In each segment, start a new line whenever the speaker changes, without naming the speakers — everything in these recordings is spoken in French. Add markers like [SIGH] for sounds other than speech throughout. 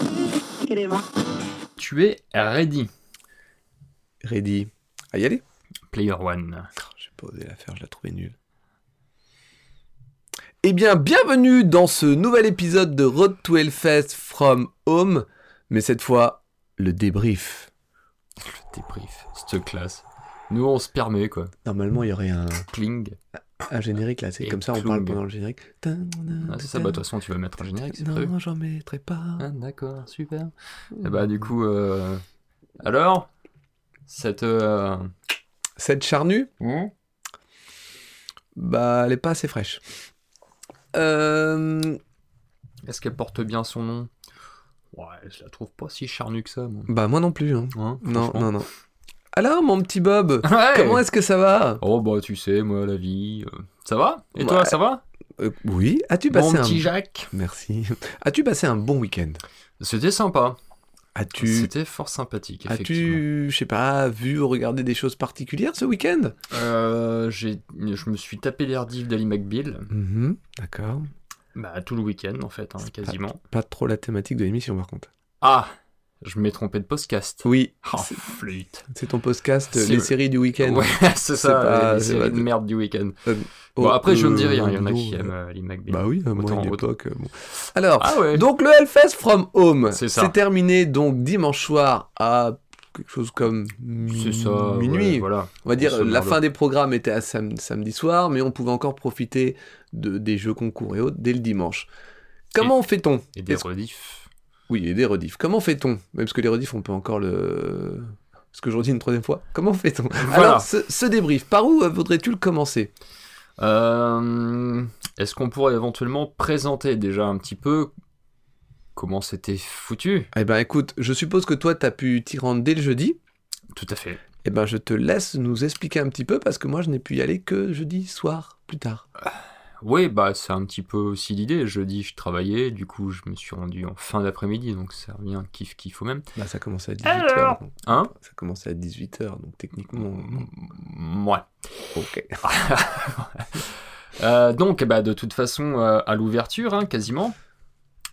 cinq éléments.
Tu es ready,
Ready. À y aller
Player One.
Oh, J'ai pas osé la faire, je la trouvais nulle. Eh bien, bienvenue dans ce nouvel épisode de Road to Hellfest from Home, mais cette fois, le débrief.
Débrief, cette classe. Nous, on se permet, quoi.
Normalement, il y aurait un,
Pling.
un générique là, c'est
Et
comme ça, on parle
ploum.
pendant le générique.
Ah, c'est ça, bah, de toute façon, tu vas mettre un générique, c'est prévu.
Non, j'en mettrai pas.
Ah, d'accord, super. Et bah, du coup, euh, alors Cette. euh,
Cette charnue, bah, elle est pas assez fraîche. Euh,
Est-ce qu'elle porte bien son nom Ouais, je la trouve pas si charnue que ça, moi.
Bah, moi non plus. hein.
Hein,
Non,
franchement.
non, non. Alors, mon petit Bob,
[LAUGHS] Ouais.
comment est-ce que ça va
Oh, bah, tu sais, moi, la vie. euh, Ça va Et toi,
Ouais.
ça va
Euh, Oui, as-tu
Mon
passé un
petit Jacques
Merci. [LAUGHS] As-tu passé un bon week-end
C'était sympa.
As-tu,
C'était fort sympathique, effectivement.
as-tu, je sais pas, vu ou regardé des choses particulières ce week-end
Euh, j'ai- je me suis tapé les rediffs d'Ali McBeal. Mm-hmm.
Mhm, D'accord.
Bah, tout le week-end, en fait, hein,
C'est
quasiment.
Pas trop la thématique de l'émission par contre.
Ah Je m'ai trompé de podcast.
Oui,
Oh, flûte.
c'est ton podcast, euh,
C'est-
les séries du
[LAUGHS]
week-end.
Ouais, c'est ça,
pas-
les
c'est
séries
pas-
de merde du week-end.
Oh,
bon, après, je ne dis
euh,
rien, il y en a
non,
qui
euh,
aiment euh, les McBeal.
Bah oui, à moi,
Autant-
une
autant.
époque, euh, bon. Alors,
Ah ouais
donc le Hellfest from Home,
C'est ça.
c'est terminé donc dimanche soir à quelque chose comme
C'est ça, ouais,
minuit.
voilà.
On va dire
Grosso
la
modo.
fin des programmes était à sam- samedi soir, mais on pouvait encore profiter de, des jeux concours et autres dès le dimanche. Comment fait-on
Et des
Est-ce-
rediffs.
Oui, et des rediffs. Comment fait-on Même parce que les rediffs, on peut encore le. Ce que je redis une troisième fois. Comment fait-on
Voilà.
Alors, ce, ce débrief, par où euh, voudrais-tu le commencer
Euh, Est-ce qu'on pourrait éventuellement présenter déjà un petit peu comment c'était foutu
Eh ben, écoute, je suppose que toi, t'as pu t'y rendre dès le jeudi.
Tout à fait.
Eh ben, je te laisse nous expliquer un petit peu parce que moi, je n'ai pu y aller que jeudi soir, plus tard.
Oui, bah c'est un petit peu aussi l'idée. Jeudi, je travaillais, du coup, je me suis rendu en fin d'après-midi, donc ça revient kiff kiff au même.
Bah, ça commençait à
Alors
18h.
Hein
Ça commençait à 18h, donc techniquement. non.
Ouais.
Ok.
Euh, donc, bah, de toute façon, euh, à l'ouverture, hein, quasiment,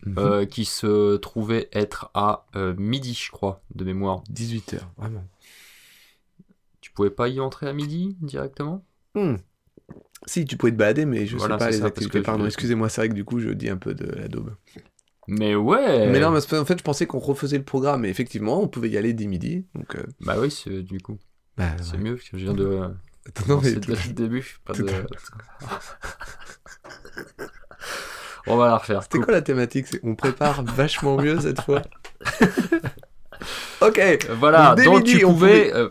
Mhm.
euh, qui se trouvait être à euh, midi, je crois, de mémoire.
18h, vraiment.
Tu pouvais pas y entrer à midi directement
Hmm. Si, tu pouvais te balader, mais je
Voilà,
sais pas
c'est
les
ça, parce
activités.
que
Pardon,
je-
excusez-moi, c'est vrai que du coup, je dis un peu de la daube.
Mais ouais
Mais non, mais c'est- en fait, je pensais qu'on refaisait le programme, et effectivement, on pouvait y aller dès midi. Donc, euh,
Bah oui, c'est- du coup,
bah,
c'est
ouais.
mieux, parce que je viens de...
Attends, [LAUGHS] non, mais
c'est
tout-
dès le début, pas
tout
de-
à
[LAUGHS] On va la refaire.
C'était
coupe.
quoi la thématique C'est on [LAUGHS] prépare vachement mieux cette [LAUGHS] fois. ok.
Euh, Voilà,
Donc, dès
donc
midi,
tu
on
pouvais, euh,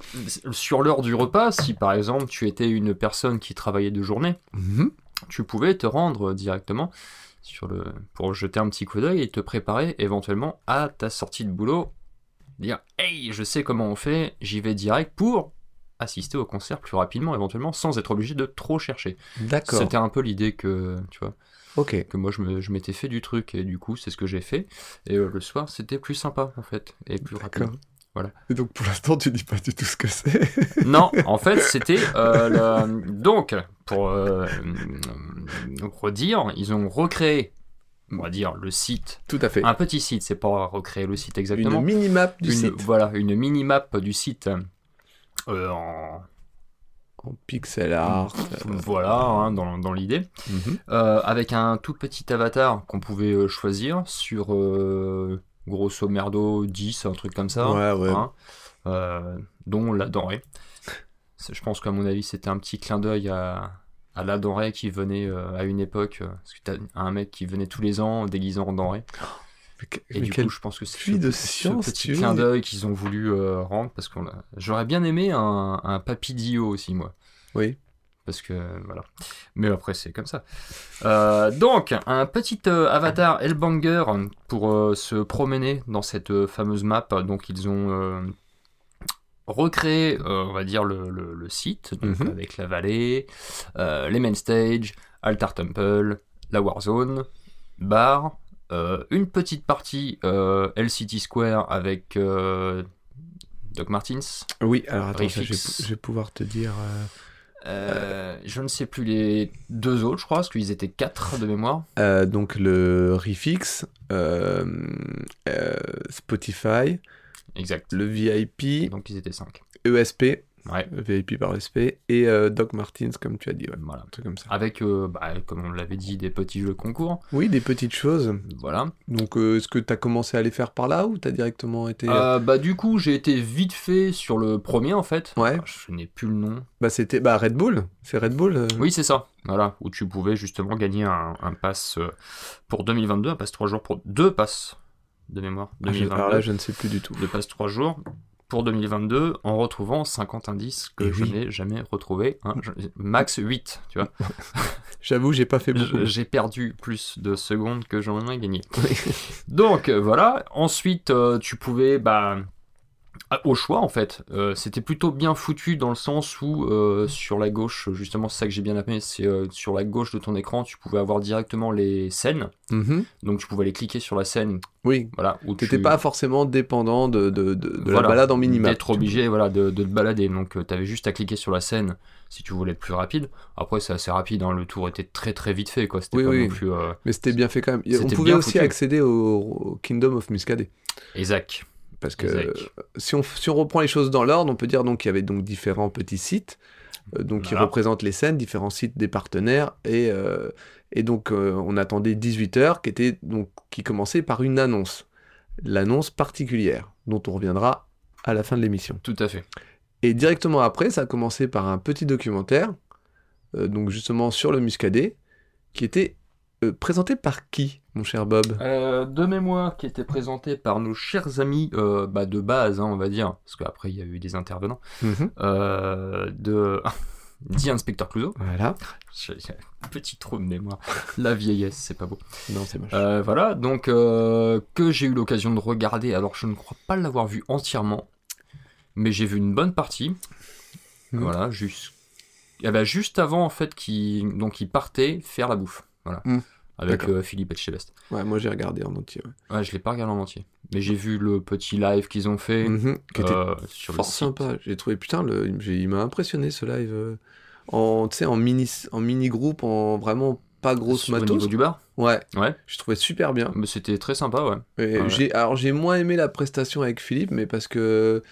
sur l'heure du repas, si par exemple tu étais une personne qui travaillait de journée,
Mhm.
tu pouvais te rendre euh, directement sur le pour jeter un petit coup d'œil et te préparer éventuellement à ta sortie de boulot. Dire hey, je sais comment on fait, j'y vais direct pour assister au concert plus rapidement éventuellement sans être obligé de trop chercher.
D'accord.
C'était un peu l'idée que tu vois
Ok.
que moi je me- je m'étais fait du truc et du coup c'est ce que j'ai fait et euh, le soir c'était plus sympa en fait et plus rapide.
D'accord.
Voilà.
Et donc pour l'instant, tu dis pas du tout ce que c'est.
Non, en fait, c'était. euh, la- Donc, pour euh, euh, donc redire, ils ont recréé, on va dire, le site.
[LAUGHS] tout à fait.
Un petit site, c'est pas recréer le site Ah, exactement.
Une mini-map du
Une-
site
Voilà, une mini-map du site. euh, en-
en pixel art. euh,
Voilà, hein, dans, dans l'idée.
mhm.
Euh, avec un tout petit avatar qu'on pouvait euh, choisir sur euh, grosso merdo 10, un truc comme ça.
Ouais, ouais.
hein, euh, dont la denrée. C'est- Je pense qu'à mon avis, c'était un petit clin d'œil à, à la denrée qui venait euh, à une époque. euh, parce que t'as un mec qui venait tous les ans déguisant en denrée.
Mais que-
Et
mais
du
quel
coup, je pense que c'est
puits
ce,
de
ce
science,
petit
tu
clin
es.
d'œil qu'ils ont voulu euh, rendre. Parce qu'on l'a- j'aurais bien aimé un, un papy Dio aussi, moi.
Oui.
Parce que voilà. Mais après, c'est comme ça. Euh, donc, un petit euh, avatar Hellbanger pour euh, se promener dans cette euh, fameuse map. Donc, ils ont euh, recréé, euh, on va dire, le, le- le site, donc
Mhm.
avec la vallée, euh, les main stage, Altar Temple, la Warzone, bar, euh, une petite partie euh, LCT Square avec euh, Doc Martins.
Oui, alors attends, ça, je, vais,
Prefix.
pou- je vais pouvoir te dire. euh,
Euh, je ne sais plus les deux autres, je crois, parce qu'ils étaient quatre de mémoire.
euh, donc le Refix, euh, euh, Spotify,
Exact.
le VIP,
Donc ils étaient 5.
E ESP,
Ouais,
VIP par ESP, et euh, Doc Martins, comme tu as dit, ouais, un
voilà.
truc comme ça.
Avec, euh, bah, comme on l'avait dit, des petits jeux concours.
Oui, des petites choses.
Voilà.
Donc, euh, est-ce que t'as commencé à les faire par là ou t'as directement été.
Euh, bah, du coup, j'ai été vite fait sur le premier en fait.
Ouais.
Ah, Je n'ai plus le nom.
Bah, c'était bah, Red Bull. C'est Red Bull. euh,
Oui, c'est ça. Voilà. Où tu pouvais justement gagner un, un pass euh, pour 2022, un pass 3 jours pour deux passes de mémoire.
ah, j'ai-
2022.
alors là, je ne sais plus du tout.
de passe 3 jours pour 2022 en retrouvant 50 indices que
Eh
je
oui.
n'ai jamais retrouvés. hein. Je- max 8, tu vois.
J'avoue, j'ai pas fait beaucoup.
Je- J'ai perdu plus de secondes que j'en ai
[LAUGHS]
gagné. Donc euh, voilà, ensuite euh, tu pouvais... Bah, à- au choix en fait, Euh, c'était plutôt bien foutu dans le sens où euh, sur la gauche, justement c'est ça que j'ai bien aimé, c'est euh, sur la gauche de ton écran tu pouvais avoir directement les scènes,
Mhm.
donc tu pouvais aller cliquer sur la scène,
Oui.
voilà, où
T'étais
tu-
pas forcément dépendant de, de, de, de la
Voilà.
balade en minimap.
D'être obligé voilà, de, de te balader. Donc, tu avais juste à cliquer sur la scène si tu voulais plus rapide. Après, c'est assez rapide. hein, Le tour était très très vite fait. quoi. C'était
Oui,
pas
oui.
non plus. euh,
Mais c'était bien fait quand même. On
C'était
pouvait
bien
aussi
foutu.
accéder au, au Kingdom of Muscadet.
Exact.
Parce que
Exact.
si on, si on reprend les choses dans l'ordre, on peut dire donc qu'il y avait donc différents petits sites euh, donc qui
Voilà.
représentent les scènes, différents sites des partenaires et, euh, et donc euh, on attendait 18 heures qui était donc qui commençait par une annonce, l'annonce particulière dont on reviendra à la fin de l'émission.
Tout à fait.
Et directement après, ça a commencé par un petit documentaire euh, donc justement sur le Muscadet qui était euh, présenté par qui, mon cher
[LAUGHS]
Bob
de mémoire Euh, qui était présenté par nos chers amis euh, bah, de base, hein, on va dire. Parce qu'après, il y a eu des intervenants.
Mhm.
euh, de. [LAUGHS] Dit inspecteur Clouseau.
Voilà.
J'ai- j'ai un Petit trou de mémoire. La vieillesse, c'est pas beau.
Non, c'est moche.
Euh, voilà, donc euh, que j'ai eu l'occasion de regarder. Alors, je ne crois pas l'avoir vu entièrement, mais j'ai vu une bonne partie.
Mhm.
Voilà, juste, eh ben, juste avant en fait qui donc il partait faire la bouffe. Voilà,
Mhm.
avec
D'accord.
euh, Philippe Etchebest.
Ouais, moi j'ai regardé en entier. ouais.
Ouais, je l'ai pas regardé en entier, mais j'ai vu le petit live qu'ils ont fait.
Mhm, qui était
euh, sur le
fort
site.
sympa. J'ai trouvé putain, le, j'ai- il m'a impressionné ce live euh, en tu sais en mini en mini groupe en vraiment pas grosse
Sur- au
matos.
niveau du bar.
Ouais.
Ouais.
Je trouvais super bien.
Mais c'était très sympa, ouais.
Et
Ah ouais.
j'ai alors j'ai moins aimé la prestation avec Philippe, mais parce que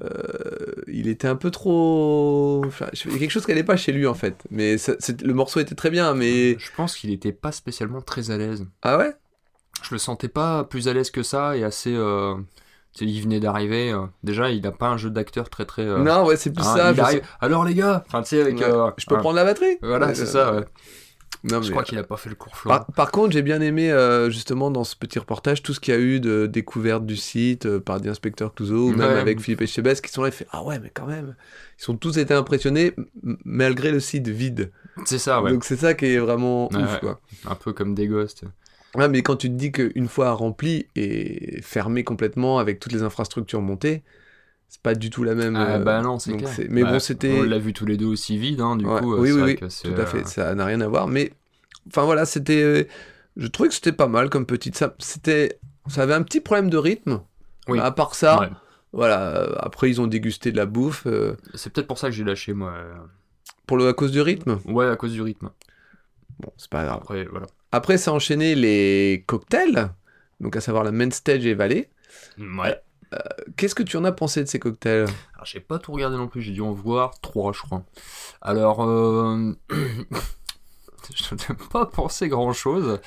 euh, il était un peu trop. enfin, je- il y a quelque chose qui allait pas chez lui en fait. Mais ça- c'est- le morceau était très bien, mais
Je pense qu'il était pas spécialement très à l'aise.
ah ouais.
je le sentais pas plus à l'aise que ça et assez. euh, tu sais, il venait d'arriver. euh, déjà, il n'a pas un jeu d'acteur très très. euh,
non ouais, c'est plus
hein,
ça.
il
je-
arrive, Alors les gars, enfin tu sais avec.
Ouais.
euh,
Je peux
hein,
prendre la batterie.
Voilà,
Ouais,
c'est
euh,
ça. ouais.
Non, mais- euh, ah,
Je crois qu'il a pas fait le cours Florent.
Par, par contre, j'ai bien aimé euh, justement dans ce petit reportage tout ce qu'il y a eu de découverte du site euh, par des inspecteurs Clouseau ou même
Ouais.
avec Philippe Etchebest qui sont là et fait Ah ouais, mais quand même Ils ont tous été impressionnés m- malgré le site vide.
C'est ça, Ah ouais.
Donc c'est ça qui est vraiment
Ouais,
ouf
ouais.
quoi.
Un peu comme des ghosts.
Euh, Ouais, mais quand tu te dis qu'une fois rempli et fermé complètement avec toutes les infrastructures montées, c'est pas du tout la même.
Ah,
euh,
bah non, c'est
donc
clair.
c'est- mais
Bah,
bon, c'était-
On l'a vu tous les deux aussi vide, hein, du
Ouais.
coup. euh,
Oui,
c'est
oui,
vrai
oui,
que c'est,
Tout à fait,
euh,
ça n'a rien à voir. Mais enfin voilà, c'était. Je trouvais que c'était pas mal comme petite. Ça, c'était, ça avait un petit problème de rythme.
Oui.
Mais à part ça,
ouais.
voilà. euh, Après, ils ont dégusté de la bouffe euh,
C'est peut-être pour ça que j'ai lâché, moi. euh.
pour le à cause du rythme.
Ouais, à cause du rythme.
Bon, c'est pas grave.
Après, voilà.
Après, ça a enchaîné les cocktails, donc à savoir la main stage et vallée.
Ouais.
Qu'est-ce que tu en as pensé de ces cocktails
Alors, j'ai pas tout regardé non plus, j'ai dû en voir trois, je crois. Alors, euh... [LAUGHS] je n'ai pas pensé grand chose.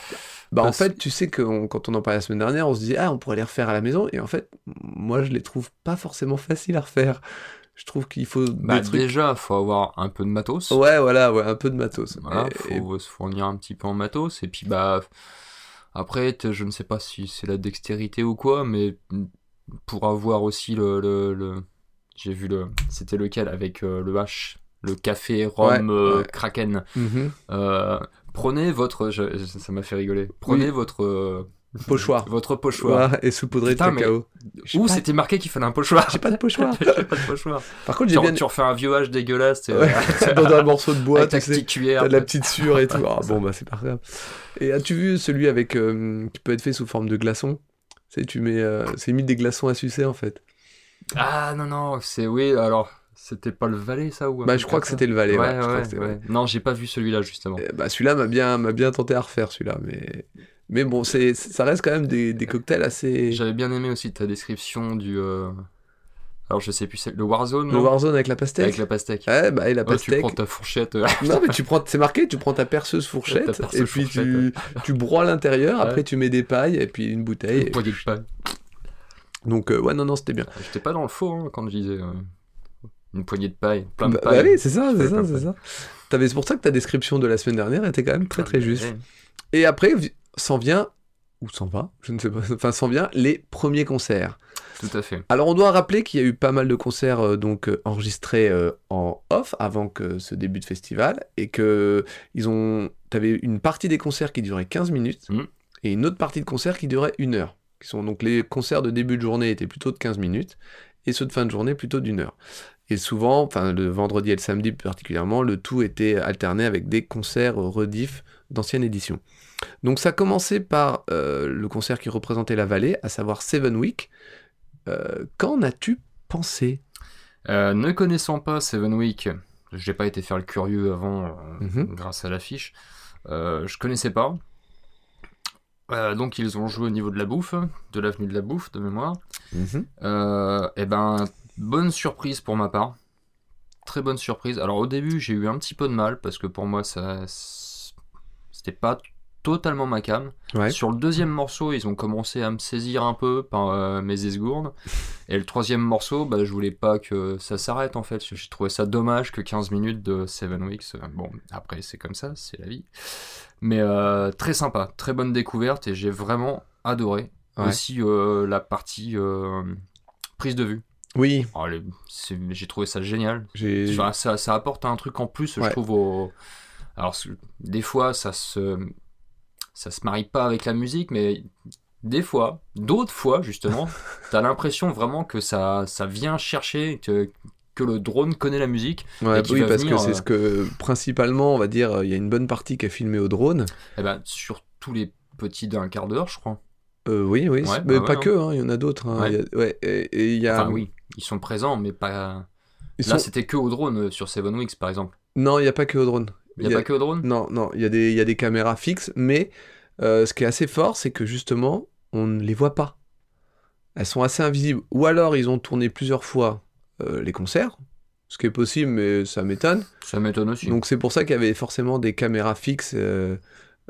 Bah en
Parce-
fait, tu sais que on- quand on en parlait la semaine dernière, on se disait ah on pourrait les refaire à la maison et en fait, moi je les trouve pas forcément faciles à refaire. Je trouve qu'il faut
Bah,
des trucs
déjà, faut avoir un peu de matos.
Ouais, voilà, ouais, un peu de matos.
Voilà,
Et- et-
faut se fournir un petit peu en matos. Et puis, bah, après, t'es- je ne sais pas si c'est la dextérité ou quoi, mais pour avoir aussi le. le, le- J'ai vu le. C'était lequel avec euh, le H le café rhum
Ouais,
euh,
ouais.
kraken
Mhm.
Euh, prenez votre je- je- ça m'a fait rigoler prenez votre euh,
Pochoir.
votre pochoir
Ouais, et saupoudré de
Putain, mais-
cacao. J'ai
Ou
pas-
c'était marqué qu'il fallait un pochoir.
J'ai pas de pochoir.
[LAUGHS] J'ai pas de pochoir.
Par contre,
Tu,
j'ai bien
tu refais un vieux hache dégueulasse t'es- euh,
[LAUGHS]
[LAUGHS]
Ouais, dans un morceau de bois,
avec
tu
ta
sais,
petite cuillère.
t'as de la petite sure et tout. [LAUGHS] Ah, bon, bah c'est pas grave. Et as-tu vu celui avec euh, qui peut être fait sous forme de glaçons c'est tu mets, euh, c'est mis des glaçons à sucer en fait.
Ah non, non, c'est oui, alors c'était pas le valet ça ou un
Bah
truc
je crois
comme
que
ça
c'était le valet.
Ouais,
ouais, je crois que
ouais,
c'était le
ouais. Non, j'ai pas vu celui-là justement.
valet. Euh, Bah celui-là m'a bien, m'a bien tenté à refaire celui-là, mais Mais bon, c'est, ça reste quand même des, des cocktails assez.
J'avais bien aimé aussi ta description du. euh, Alors je sais plus, c'est le Warzone,
Le
non
Warzone avec la pastèque.
Avec la pastèque.
Ouais, bah, et la
Oh, tu
pastèque.
prends ta fourchette. euh,
non, mais tu prends, c'est marqué, tu prends ta perceuse fourchette,
Ta perceuse
et puis
fourchette,
tu, tu broies l'intérieur,
Ouais.
après tu mets des pailles, et puis une bouteille.
[LAUGHS] une poignée de pain.
Donc, euh, ouais, non, non, c'était bien.
J'étais pas dans le faux hein, quand je disais euh, une poignée de paille, plein de
Bah,
paille.
bah oui, c'est ça, c'est ça,
plein de
c'est
pailles.
ça. T'avais- C'est pour ça que ta description de la semaine dernière était quand même très très juste.
Ouais.
Et après, vi- s'en vient, ou s'en va, je ne sais pas, enfin s'en vient, les premiers concerts.
Tout à fait.
Alors on doit rappeler qu'il y a eu pas mal de concerts euh, donc euh, enregistrés euh, en off avant que ce début de festival, et que ils ont, t'avais une partie des concerts qui durait 15 minutes,
Mhm.
et une autre partie de concerts qui durait une heure. Qui sont, donc les concerts de début de journée étaient plutôt de 15 minutes, et ceux de fin de journée plutôt d'une heure. Et souvent, enfin le vendredi et le samedi particulièrement, le tout était alterné avec des concerts euh, rediff d'anciennes éditions. Donc ça commençait par euh, le concert qui représentait la vallée, à savoir Seven Week. Euh, Qu'en as-tu pensé
Euh, ne connaissant pas Seven Week, j'ai pas été faire le curieux avant, euh,
Mhm.
grâce à l'affiche. Euh, je connaissais pas. Euh, donc ils ont joué au niveau de la bouffe, de l'avenue de la bouffe de mémoire. Euh, et ben, bonne surprise pour ma part. Très bonne surprise. Alors au début, j'ai eu un petit peu de mal parce que pour moi, ça, c'était pas totalement ma cam.
Ouais.
Sur le deuxième morceau, ils ont commencé à me saisir un peu par euh, mes esgourdes.
[LAUGHS]
Et le troisième morceau, bah, je voulais pas que ça s'arrête en fait. J'ai trouvé ça dommage que 15 minutes de Seven Weeks. euh, Bon, après, c'est comme ça, c'est la vie. Mais euh, très sympa, très bonne découverte et j'ai vraiment adoré.
Ouais.
Aussi euh, la partie euh, prise de vue.
Oui,
Oh, le- c'est- J'ai trouvé ça génial.
j'ai
Ça, ça- ça apporte un truc en plus,
Ouais.
je trouve. au- Alors, ce- des fois, ça se... ça se marie pas avec la musique, mais des fois, d'autres fois,
[LAUGHS]
justement, t'as l'impression vraiment que ça, ça vient chercher, que, que le drone connaît la musique.
Ouais,
et qui
oui,
va
parce
venir,
que c'est
euh,
ce que principalement, on va dire, euh, il y a une bonne partie qui est filmée au drone.
Et ben, sur tous les petits d'un quart d'heure, je crois.
Euh, oui, oui,
Ouais,
c'est-
bah
mais
ouais,
pas
hein.
que, hein, il y en a d'autres. hein.
Ouais.
Il y a- ouais, et, et il y a.
Enfin, oui, ils sont présents, mais pas.
Ah ils
Là,
sont-
c'était que au drone euh, sur Seven Weeks, par exemple.
Non, il n'y a pas que au drone.
Il n'y a, pas que au drone
Non, non, il y, a des- il y a des caméras fixes, mais euh, ce qui est assez fort, c'est que justement, on ne les voit pas. Elles sont assez invisibles. Ou alors, ils ont tourné plusieurs fois euh, les concerts, ce qui est possible, mais ça m'étonne.
Ça m'étonne aussi.
Donc, c'est pour ça qu'il y avait forcément des caméras fixes. euh,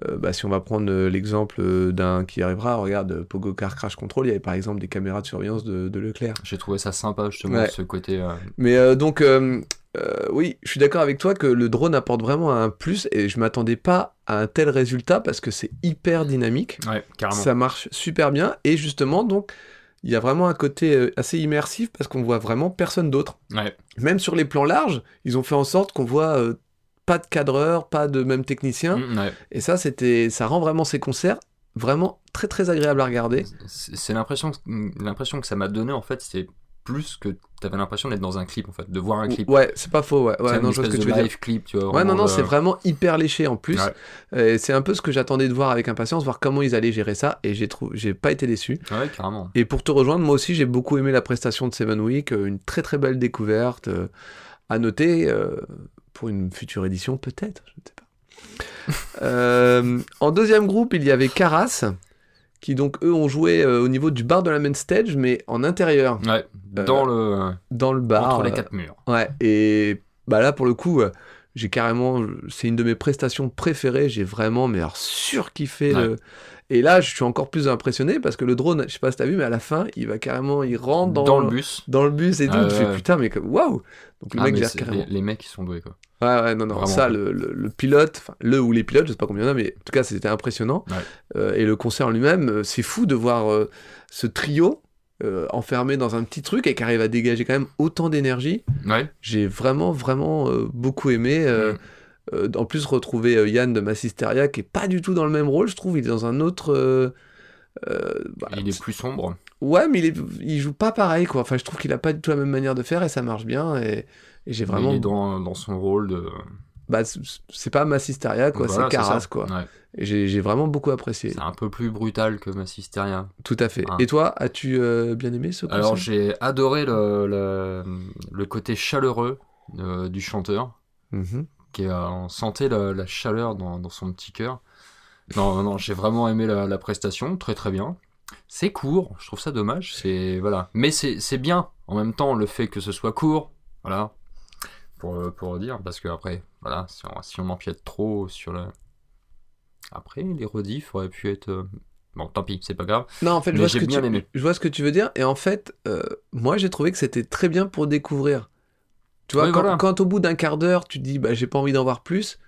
euh, bah, si on va prendre euh, l'exemple euh, d'un qui arrivera, regarde, euh, Pogo Car Crash Control, il y avait par exemple des caméras de surveillance de- de Leclerc.
J'ai trouvé ça sympa, justement,
Ouais.
ce côté. euh,
Mais euh, donc, euh, euh, oui, je suis d'accord avec toi que le drone apporte vraiment un plus et je m'attendais pas à un tel résultat parce que c'est hyper dynamique.
Ouais, carrément.
Ça marche super bien et justement, donc, il y a vraiment un côté euh, assez immersif parce qu'on voit vraiment personne d'autre.
Ouais.
Même sur les plans larges, ils ont fait en sorte qu'on voit euh, pas de cadreur, pas de même technicien.
Mm, ouais.
Et ça, c'était, ça rend vraiment ces concerts vraiment très très agréables à regarder.
C'est c'est l'impression que- l'impression que ça m'a donné en fait, c'est plus que t'avais l'impression d'être dans un clip en fait, de voir un clip.
Ouais, c'est pas faux, ouais. ouais
C'est
non,
une
je vois ce que
espèce
tu
de
veux dire.
live clip, tu vois.
Ouais, non, non,
le-
c'est vraiment hyper léché en plus. Et c'est un peu ce que j'attendais de voir avec impatience, voir comment ils allaient gérer ça, et j'ai trou- j'ai pas été déçu.
Ouais, carrément.
Et pour te rejoindre, moi aussi, j'ai beaucoup aimé la prestation de Seven Week, euh, une très très belle découverte, euh, à noter euh, pour une future édition peut-être, je ne sais pas.
[LAUGHS]
Euh, en deuxième groupe, il y avait Caras, qui donc eux ont joué euh, au niveau du bar de la main stage, mais en intérieur, euh,
Ouais, dans le
dans le bar.
entre les
euh,
quatre murs.
Ouais, et bah là pour le coup, euh, j'ai carrément, c'est une de mes prestations préférées, j'ai vraiment, mais alors surkiffé
Ouais.
le. Et là, je suis encore plus impressionné parce que le drone, je sais pas si t'as vu, mais à la fin, il va carrément, il rentre dans,
Dans, le bus.
dans le bus et tout.
Ah
tu fais
ouais.
putain, mais que- waouh! Donc le
Ah,
mec
mais
gère
c'est-
carrément.
les, les mecs ils sont doués quoi.
Ouais, ouais, non, non,
Vraiment.
ça, le, le- le pilote, enfin, le ou les pilotes, je sais pas combien il y en a, mais en tout cas, c'était impressionnant.
Ouais.
Euh, et le concert en lui-même, euh, c'est fou de voir euh, ce trio euh, enfermé dans un petit truc et qui arrive à dégager quand même autant d'énergie
Ouais.
j'ai vraiment vraiment euh, beaucoup aimé. euh,
Mm.
euh, en plus retrouver euh, Yann de Massisteria qui est pas du tout dans le même rôle, je trouve. Il est dans un autre. euh, euh, bah,
Il est plus sombre.
Ouais, mais il, est- il joue pas pareil quoi. Enfin, je trouve qu'il a pas du tout la même manière de faire et ça marche bien. Et, et j'ai
Vraiment.
vraiment.
Il est dans, dans son rôle de.
Bah, c'est- c'est pas Massisteria quoi,
Voilà,
c'est Caras
ça.
quoi.
Ouais.
Et j'ai j'ai vraiment beaucoup apprécié.
C'est un peu plus brutal que Massisteria.
Tout à fait.
Ah.
Et toi, as-tu euh, bien aimé ce concert
Alors j'ai adoré le, le, le côté chaleureux euh, du chanteur.
Mhm.
qui, euh, on sentait la, la chaleur dans, dans son petit cœur. Non, non, non, j'ai vraiment aimé la, la prestation, très très bien. C'est court, je trouve ça dommage, c'est voilà. Mais c'est c'est bien, en même temps, le fait que ce soit court, voilà, pour, euh, pour dire, parce que après, voilà, si on, si on empiète trop sur le... Après, les rediffs auraient pu être... euh, Bon, tant pis, c'est pas grave.
Non, en fait, je
Mais
vois, ce
j'ai
que
bien
tu,
aimé.
je vois ce que tu veux dire. Et en fait, euh, moi, j'ai trouvé que c'était très bien pour découvrir. Tu vois,
Oui,
quand,
voilà.
quand au bout d'un quart d'heure, tu te dis, bah, j'ai pas envie d'en voir plus.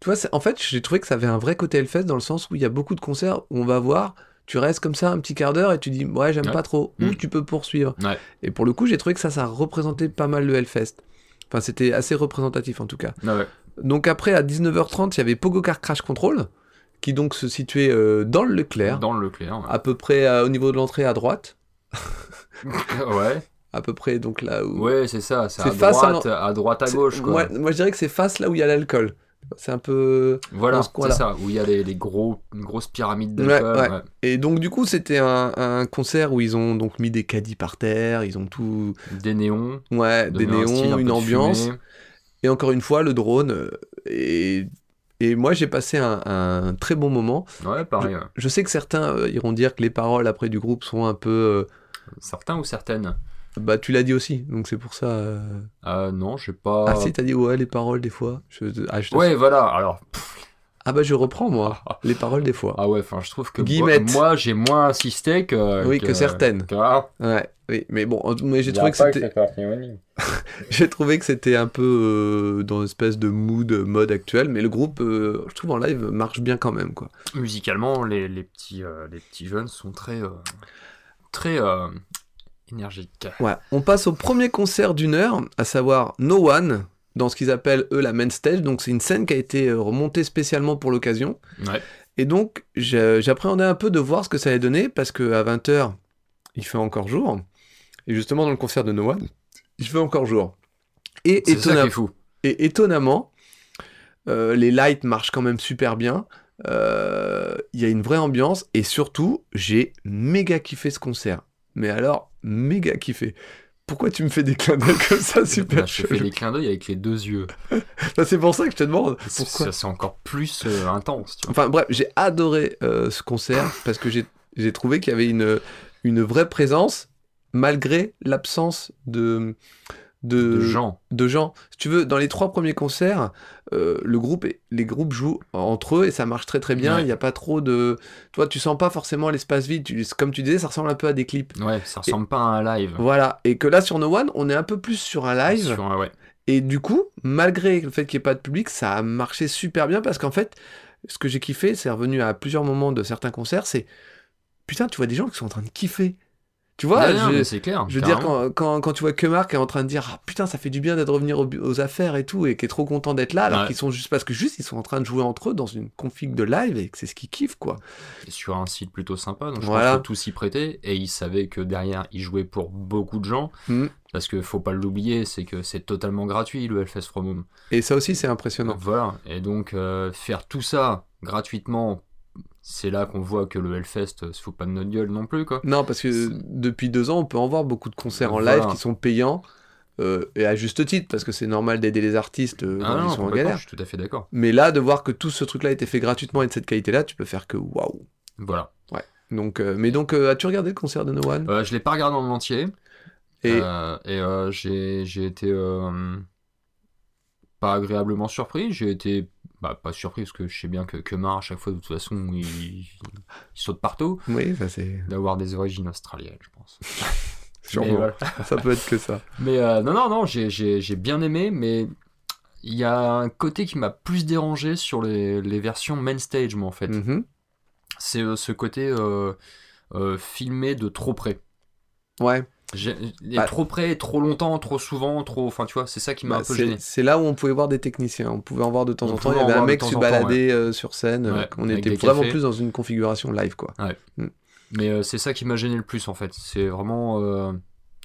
Tu vois, c'est- en fait, j'ai trouvé que ça avait un vrai côté Hellfest dans le sens où il y a beaucoup de concerts où on va voir, tu restes comme ça un petit quart d'heure et tu dis, ouais, j'aime
Ouais.
pas trop. Ou
Mm.
tu peux poursuivre.
Ouais.
Et pour le coup, j'ai trouvé que ça, ça représentait pas mal le Hellfest. Enfin, c'était assez représentatif en tout cas.
Ah ouais.
Donc après, à 19h30, il y avait Pogo Car Crash Control, qui donc se situait euh, dans le Leclerc
Dans le clair. Ouais.
à peu près euh, au niveau de l'entrée à droite,
[LAUGHS] ouais,
à peu près donc là où.
Ouais, c'est ça. C'est
C'est
à
face à
droite, à... droite, à
C'est-
gauche, quoi.
Moi, moi, je dirais que c'est face là où il y a l'alcool. C'est un peu.
Voilà,
dans ce
c'est
coin-là.
ça. Où il y a les, les gros, une grosse pyramide d'alcool.
Ouais, ouais.
ouais.
Et donc du coup c'était un, un concert où ils ont donc mis des caddies par terre, ils ont tout,
Des néons.
ouais, des
donner un style, un
néons,
peu
une
de
ambiance.
fumée.
Et encore une fois le drone. euh, Et, et moi j'ai passé un, un très bon moment.
Ouais, pareil. ouais.
Je sais que certains euh, iront dire que les paroles après du groupe sont un peu.
Certains ou certaines
euh, bah tu l'as dit aussi, donc c'est pour ça. euh,
Euh, Non, j'ai pas.
Ah si t'as dit ouais les paroles des fois. Je- Ah, je te-
Ouais, voilà. Alors,
ah bah je
[LAUGHS]
reprends moi les paroles des fois.
ah ouais, enfin, je trouve que moi,
Guillemette.
moi, j'ai moins insisté que.
Oui, que certaines.
que- ah,
Ouais, oui, mais bon, en tout- mais j'ai
il y a
trouvé que
pas
c'était,
c'est parti, oui.
[LAUGHS] j'ai trouvé que c'était un peu euh, dans une espèce de mood euh, mode actuel, mais le groupe, euh, je trouve en live marche bien quand même, quoi.
Musicalement, les, les petits, euh, les petits jeunes sont très. euh, très. euh, énergiques.
Ouais. On passe au premier concert d'une heure, à savoir No One, dans ce qu'ils appellent eux la main stage, donc c'est une scène qui a été euh, remontée spécialement pour l'occasion,
Ouais.
et donc j'ai- j'appréhendais un peu de voir ce que ça allait donner parce que à 20 h il fait encore jour, et justement dans le concert de No One, il fait encore jour. Et
C'est ça qui
étonnamment.
est fou.
Et étonnamment, euh, les lights marchent quand même super bien. Euh, Il y a une vraie ambiance. Et surtout, j'ai méga kiffé ce concert. Mais alors, méga kiffé. Pourquoi tu me fais des clins d'œil comme ça,
Là,
super [LAUGHS]
je te fais
chelou
des clins d'œil avec les deux yeux.
Bah, C'est pour ça que je te demande.
C'est-
Pourquoi
ça, C'est encore plus euh, intense. Tu vois.
Enfin bref, j'ai adoré euh, ce concert parce que j'ai j'ai trouvé qu'il y avait une, une vraie présence malgré l'absence de, de,
De gens.
de gens. Si tu veux, dans les trois premiers concerts, euh, le groupe est- les groupes jouent entre eux et ça marche très très bien.
Ouais.
Il n'y a pas trop de. Toi, tu sens pas forcément l'espace vide. Tu- Comme tu disais, ça ressemble un peu à des clips.
Ouais, ça ressemble pas à un live.
Voilà. Et que là, sur No One, on est un peu plus sur un live.
Sur un- ouais.
Et du coup, malgré le fait qu'il n'y ait pas de public, ça a marché super bien parce qu'en fait, ce que j'ai kiffé, c'est revenu à plusieurs moments de certains concerts, c'est putain, tu vois des gens qui sont en train de kiffer. Tu vois,
Ouais, non,
je-
mais c'est clair.
je veux dire,
carrément.
quand, quand, quand tu vois que Marc est en train de dire Ah putain, ça fait du bien d'être revenu au- aux, affaires et tout, et qui est trop content d'être là, alors
Ouais.
qu'ils sont juste parce que juste ils sont en train de jouer entre eux dans une config de live et que c'est ce qu'ils kiffent quoi.
sur un site plutôt sympa, donc je
Voilà.
pense que tout s'y prêtait, et il savait que derrière, il jouait pour beaucoup de gens,
Mm.
parce que faut pas l'oublier, c'est que c'est totalement gratuit, le Hellfest From Home.
Et ça aussi, c'est impressionnant.
Voilà, et donc euh, faire tout ça gratuitement, c'est là qu'on voit que le Hellfest euh, se fout pas de notre gueule non plus, quoi.
Non, parce que
C'est-
depuis deux ans, on peut en voir beaucoup de concerts en
Voilà.
live qui sont payants, euh, et à juste titre, parce que c'est normal d'aider les artistes euh,
Ah
quand
non,
ils sont en
complètement,
galère.
je suis tout à fait d'accord.
Mais là, de voir que tout ce truc-là a été fait gratuitement et de cette qualité-là, tu peux faire que waouh.
Voilà.
Donc, euh, mais donc, euh, as-tu regardé le concert de No One
Euh, je l'ai pas regardé en entier,
Et
Euh, et euh, j'ai j'ai été euh, pas agréablement surpris. J'ai été bah, pas surpris parce que je sais bien que, que Mar, à chaque fois, de toute façon, il, il saute partout.
oui, ça c'est
D'avoir des origines australiennes, je pense. Mais,
[LAUGHS] sûrement.
voilà.
Ça peut être que ça.
Mais, euh, non, non, non, j'ai j'ai- j'ai bien aimé, mais il y a un côté qui m'a plus dérangé sur les, les versions main stage, moi, [LAUGHS] en fait.
Mhm.
C'est euh, ce côté euh, euh, filmé de trop près.
Ouais.
J'ai- et
Bah-
trop près, trop longtemps, trop souvent, trop. Enfin, tu vois, c'est ça qui m'a
Bah,
un peu
c'est-
gêné.
C'est là où on pouvait voir des techniciens. On pouvait en voir de temps
On
en temps. Il
pouvait
y
en
avait
voir
un
de
mec
temps
se
en temps, ouais.
balader euh, sur scène. euh,
Ouais,
on
avec
était
des
vraiment
cafés.
plus dans une configuration live, quoi.
Mais euh, c'est ça qui m'a gêné le plus en fait. C'est vraiment euh,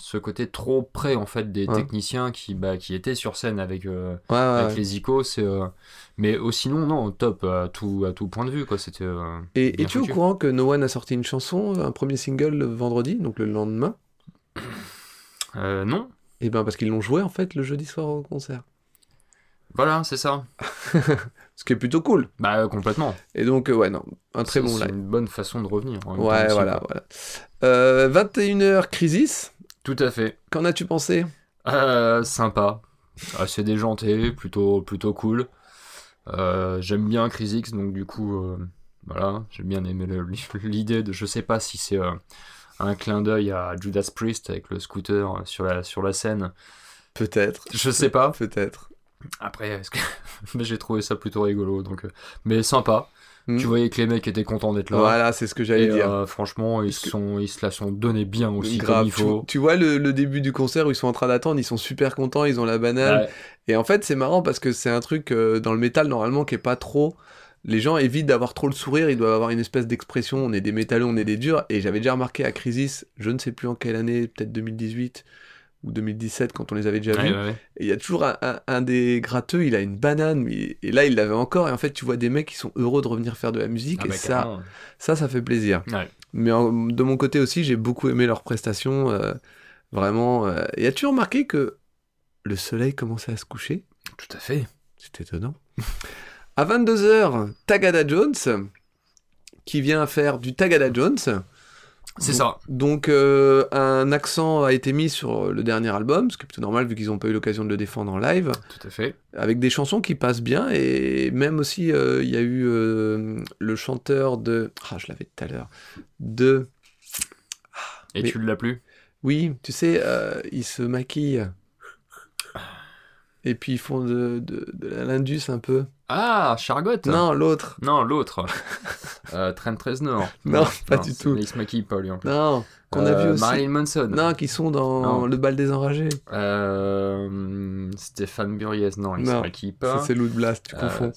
ce côté trop près en fait des
Ouais.
techniciens qui, bah, qui étaient sur scène avec, euh,
Ouais, ouais,
avec
ouais.
les icônes. c'est, euh, Mais oh, sinon, non, top à tout, à tout point de vue. quoi. C'était. euh,
Et
bien
es-tu au
foutu.
courant que No One a sorti une chanson, un premier single le vendredi, donc le lendemain Eh
euh, non. euh,
Et ben parce qu'ils l'ont joué en fait le jeudi soir au concert.
Voilà, c'est ça.
Ce qui est plutôt cool.
Bah, euh, complètement.
Et donc, euh, ouais, non, un
C'est-
très bon
C'est
live.
une bonne façon de revenir. en même temps
Ouais,
aussi,
voilà,
quoi.
voilà. Euh, 21h, Crisis.
Tout à fait.
Qu'en as-tu pensé
Euh, sympa. Assez déjanté, plutôt, plutôt cool. Euh, j'aime bien Cris X, donc du coup, euh, voilà, j'ai bien aimé le- [LAUGHS] l'idée de. Je sais pas si c'est euh, un clin d'œil à Judas Priest avec le scooter euh, sur la, sur la scène.
Peut-être.
Je sais pas.
Peut-être.
Après, est-ce que... [LAUGHS] mais j'ai trouvé ça plutôt rigolo, donc. euh, Mais sympa.
Hmm.
Tu voyais que les mecs étaient contents d'être là.
Voilà, c'est ce que j'allais
Et,
dire.
euh, franchement, ils, se sont, ils se la sont donnés bien aussi comme
Grave.
il
Tu,
faut.
tu vois le, le début du concert où ils sont en train d'attendre, ils sont super contents, ils ont la banane.
Ouais,
Et en fait, c'est marrant parce que c'est un truc euh, dans le métal normalement qui est pas trop. Les gens évitent d'avoir trop le sourire, ils doivent avoir une espèce d'expression. On est des métalleux, on est des durs. Et j'avais déjà remarqué à Crisis, je ne sais plus en quelle année, peut-être 2018 ou 2017 quand on les avait déjà vus.
ouais, ouais.
Et il y a toujours un, un- un des gratteux, il a une banane, mais- et là il l'avait encore. Et en fait, tu vois des mecs qui sont heureux de revenir faire de la musique,
Ah
et
bah,
ça,
carrément.
ça, ça fait plaisir.
Ouais.
Mais en- de mon côté aussi, j'ai beaucoup aimé leurs prestations, euh, vraiment. euh. Et as-tu remarqué que le soleil commençait à se coucher
Tout à fait.
C'est étonnant. à 22h, Tagada Jones, qui vient faire du Tagada Jones.
C'est
Bon.
ça.
Donc euh, un accent a été mis sur le dernier album, ce qui est plutôt normal vu qu'ils n'ont pas eu l'occasion de le défendre en live
Tout à fait.
avec des chansons qui passent bien et même aussi euh, il y a eu euh, le chanteur de ah je l'avais tout à l'heure de
Et
Mais-
tu l'as plus
oui tu sais euh, ils se maquillent et puis ils font de, de, de la Lindus un peu
Ah, Chargotte
non l'autre
Non,
[LAUGHS]
l'autre. euh, Trent Reznor.
Non, pas du
c'est-
tout.
Il se maquille pas, lui, en plus.
non qu'on a
Euh,
vu aussi
Marilyn Manson.
non qui sont dans
Non.
le bal des enragés
Euh, Stéphane Buriez, non, il se
Non,
maquille
Ça,
pas.
c'est Loot Blast tu
Euh,
confonds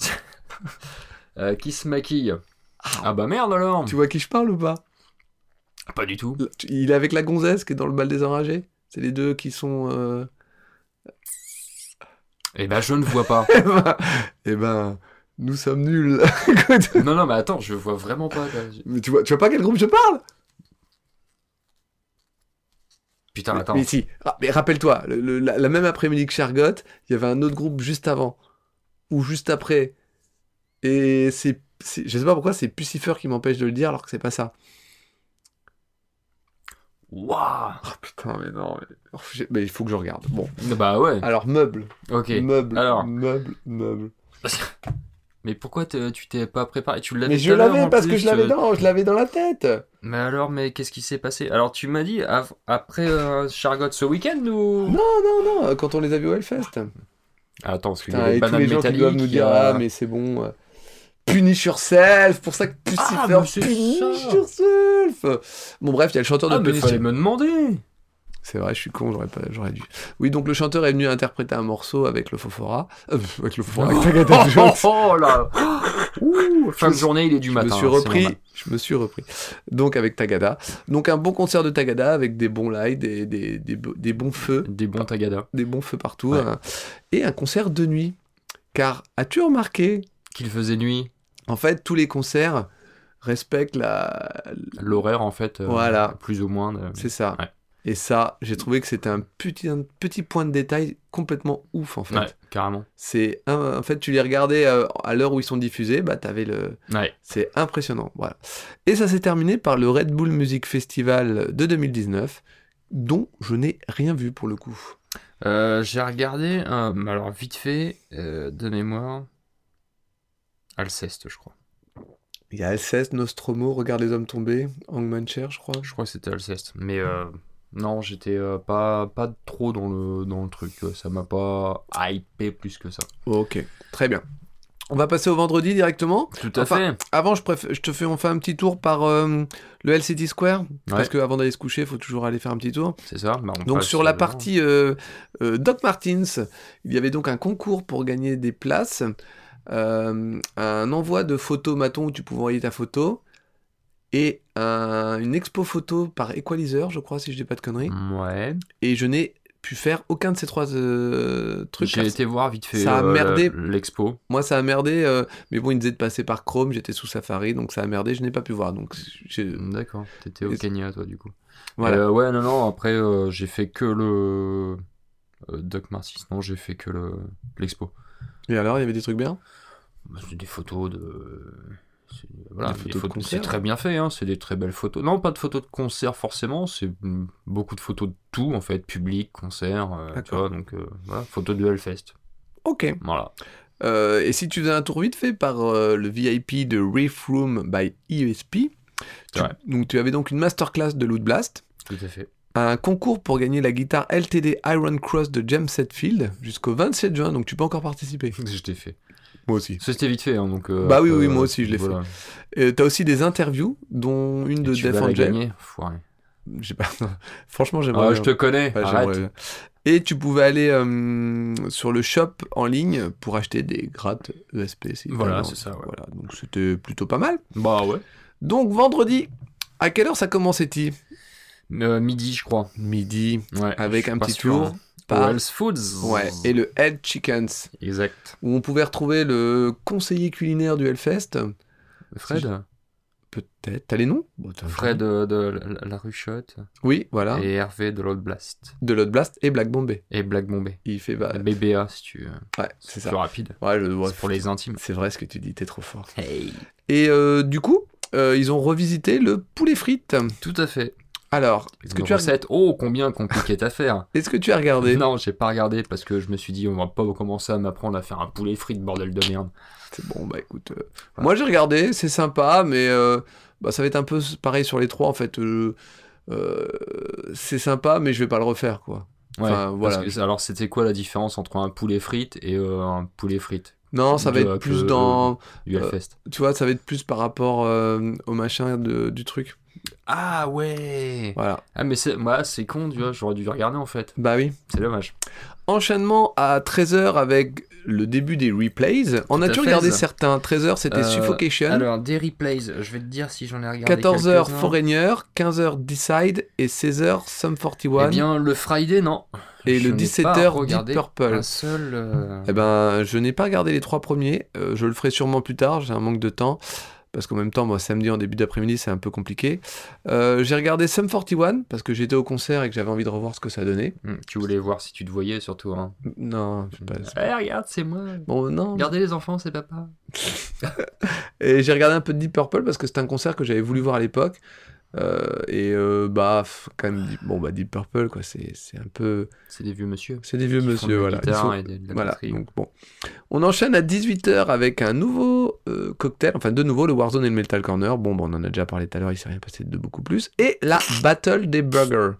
[LAUGHS] Euh, qui se maquille Ah bah merde alors
tu vois qui je parle ou pas
Pas du tout.
Tu- il est avec la gonzesse qui est dans le bal des enragés c'est les deux qui sont euh,
Eh ben je ne vois
[LAUGHS]
pas.
[LAUGHS] Eh ben, eh ben, nous sommes nuls. [LAUGHS] Écoute,
non, non, mais attends, je vois vraiment pas. quoi.
mais tu vois, tu vois pas quel groupe je parle
Putain, attends.
Mais si. Ah, mais rappelle-toi, le- le- la, la même après-midi que Chargotte, il y avait un autre groupe juste avant ou juste après. Et c'est, c'est- je sais pas pourquoi, c'est Pucifer qui m'empêche de le dire alors que c'est pas ça.
Waouh
Oh putain, mais non. Mais, oh, j'ai- mais il faut que je regarde. Bon.
Bah ouais,
Alors meuble,
ok.
meuble,
alors.
meuble, meuble.
Mais pourquoi te- tu t'es pas préparé Tu l'avais
Mais je
tout à l'heure,
l'avais
en
parce que
plus,
je l'avais
euh,
dans, je l'avais dans la tête.
Mais alors, mais qu'est-ce qui s'est passé Alors, tu m'as dit av- après euh, Chargotte ce week-end ou
Non, non, non. Quand on les a vus au Hellfest.
Ah, Attends, parce qu'il y
Putain,
a les
et tous
bananes
les gens qui doivent nous
métalliques,
dire
euh,
ah mais c'est bon euh, punish yourself pour ça que Pucifer
Ah, mais c'est
punish
ça.
yourself bon bref il y a le chanteur de
Ah, mais il
Puff-
fallait me
[LAUGHS]
demander
c'est vrai je suis con j'aurais pas j'aurais dû oui donc le chanteur est venu interpréter un morceau avec le Fofora Euh, [LAUGHS] avec le Fofora avec Agatha
[LAUGHS] Oh,
Jones.
oh, oh,
[LAUGHS]
là
Ouh,
Fin
je
de
me-
journée, il est du
je
matin.
me suis
hein, c'est
repris,
normal.
je me suis repris. Donc avec Tagada. Donc un bon concert de Tagada avec des bons lights, des, des, des, bo- des bons feux,
Des bons tagadas.
des bons feux partout.
Ouais.
hein. Et un concert de nuit. Car as-tu remarqué
Qu'il faisait nuit.
En fait, tous les concerts respectent la.
L'horaire, en fait. euh,
Voilà.
Plus ou moins. de-
C'est ça.
Ouais.
Et ça, j'ai trouvé que c'était un petit, un petit point de détail complètement ouf en fait.
Ouais, carrément.
C'est un- en fait, tu les regardais euh, à l'heure où ils sont diffusés, bah t'avais le.
Ouais.
C'est impressionnant. Voilà. Et ça s'est terminé par le Red Bull Music Festival de 2019, dont je n'ai rien vu pour le coup.
Euh, J'ai regardé, euh, mais alors vite fait, euh, de mémoire. Alceste, je crois.
Il y a Alceste, Nostromo, Regarde les hommes tombés, Hangman Chair, je crois.
Je crois que c'était Alceste. Mais euh, non, j'étais euh, pas, pas trop dans le, dans le truc. euh, Ça m'a pas hypé plus que ça.
Ok, très bien. On va passer au vendredi directement.
Tout à
Enfin,
fait.
Avant, je, préfère, je te fais, on fait un petit tour par euh, le LCD Square. Parce
Ouais.
qu'avant d'aller se coucher, il faut toujours aller faire un petit tour.
C'est ça. bah, on
Donc,
passe
sur la
devant.
partie euh, euh, Doc Martins, il y avait donc un concours pour gagner des places, euh, un envoi de photos maton où tu pouvais envoyer ta photo, et un- une expo photo par Equalizer, je crois, si je dis pas
Mm.
de conneries.
Ouais.
Et je n'ai pu faire aucun de ces trois euh, trucs.
J'ai
car
été voir vite fait
ça a
euh,
merdé.
la- l'expo.
Moi, ça a merdé, euh, mais bon, il me disait de passer par Chrome, j'étais sous Safari, donc ça a merdé, je n'ai pas pu voir. Donc, j'ai-
D'accord. T'étais au
Et-
Kenya, toi, du coup.
voilà.
Euh, ouais, non, non. Après, euh, j'ai fait que le. euh, Doc Martis, non, j'ai fait que le l'expo.
Et alors, il y avait des trucs bien
Bah, C'est des photos de. c'est- Voilà,
Des
des
photos de
photos-
concert.
c'est très bien fait, hein, c'est des très belles photos. Non, pas de photos de concert forcément, c'est mm, beaucoup de photos de tout en fait, public, concert, euh, tu
D'accord.
vois, donc euh, voilà, photos de Hellfest.
Ok.
Voilà.
Euh, et si tu faisais un tour vite fait par euh, le VIP de Reef Room by ESP, tu-
vrai.
donc tu avais donc une masterclass de Loot Blast,
Tout à fait. [LAUGHS]
un concours pour gagner la guitare LTD Iron Cross de James Hetfield jusqu'au 27 juin, donc tu peux encore participer.
Je t'ai fait.
Moi aussi.
Ça, C'était vite fait, hein, donc. euh,
Bah oui,
après,
oui,
euh,
moi aussi, je l'ai
voilà.
T'as aussi des interviews, dont une de
Et tu vas
Def
la
Angel.
gagner, foiré.
J'ai pas- [LAUGHS] Franchement, j'aimerais.
Ah,
bien.
je te connais,
Ouais,
arrête.
j'aimerais bien. Et tu pouvais aller euh, sur le shop en ligne pour acheter des grattes E ESP. si t'as
Voilà,
envie.
c'est ça, ouais.
Voilà, donc c'était plutôt pas mal.
Bah ouais.
Donc vendredi, à quelle heure ça commençait-il
Euh, midi, je crois.
Midi,
Ouais. je
avec
suis
un
pas
petit
sûr,
tour
hein.
par...
Wells Foods.
Ouais, et le Head Chickens,
Exact.
où on pouvait retrouver le conseiller culinaire du Hellfest.
Fred.
Peut-être. T'as les noms
Fred euh, de, la, la Ruchotte
Oui, voilà.
et Hervé de l'Old Blast
De Lot Blast et Black Bombay.
et Black Bombay.
Il fait... Bah...
BBA si tu veux.
Ouais, c'est ça.
Plus rapide.
Ouais, je- ouais,
C'est pour les intimes.
c'est vrai ce que tu dis, t'es trop fort. Et euh, du coup, euh, ils ont revisité le poulet frites.
Tout à fait.
Alors,
Est-ce
est-ce que, tu as...
Oh, combien compliqué affaire.
[LAUGHS] est-ce que tu as regardé
Non, j'ai pas regardé parce que je me suis dit, on va pas commencer à m'apprendre à faire un poulet frites, bordel de merde.
C'est Bon, bah écoute. euh,
Voilà.
Moi j'ai regardé, c'est sympa, mais euh, bah, ça va être un peu pareil sur les trois en fait. euh, euh, c'est sympa, mais je vais pas le refaire quoi.
Ouais.
Enfin,
parce
voilà.
que- alors, c'était quoi la différence entre un poulet frites et euh, un poulet frites
Non, ça va
De-
être
que-
plus dans.
du
Euh,
Hellfest
Tu vois, ça va être plus par rapport euh, au machin de-
[LAUGHS]
du truc.
Ah ouais
Voilà.
Ah, mais c'est moi c'est con, tu vois, j'aurais dû regarder en fait.
Bah oui.
C'est dommage.
Enchaînement à 13h avec le début des replays. En
Tout à
as-tu
fait.
regardé certains 13h, c'était
Euh,
Suffocation.
Alors, des replays, je vais te dire si j'en ai regardé.
14h
quelques-uns.
Foreigner, 15h Decide et 16h Sum
Eh
41
bien, le Friday, non.
et
Je
le
n'ai pas
17h Deep
regardé
Purple.
Un seul. euh,
Eh ben, je n'ai pas regardé les trois premiers, euh, je le ferai sûrement plus tard, j'ai un manque de temps, parce qu'en même temps, moi, samedi en début d'après-midi, c'est un peu compliqué. Euh, j'ai regardé Sum 41, parce que j'étais au concert et que j'avais envie de revoir ce que ça donnait.
hmm, Tu voulais voir si tu te voyais surtout. Hein.
Non, je sais pas. c'est-
Eh, regarde, c'est moi.
Bon, non.
Regardez les enfants, c'est papa.
Et j'ai regardé un peu de Deep Purple, parce que c'est un concert que j'avais voulu voir à l'époque. Euh, et euh, bah, f- quand même, Deep- bon, bah, Deep Purple, quoi, c'est c'est un peu.
C'est des vieux monsieur.
C'est des vieux
qui font de
monsieur,
la
voilà. Ils
guitare
sont-
et de, de la
Voilà,
batterie.
donc bon. On enchaîne à 18h avec un nouveau euh, cocktail, enfin de nouveau le Warzone et le Metal Corner. Bon, bah, on en a déjà parlé tout à l'heure, il s'est rien passé de beaucoup plus. Et la Battle des Burgers.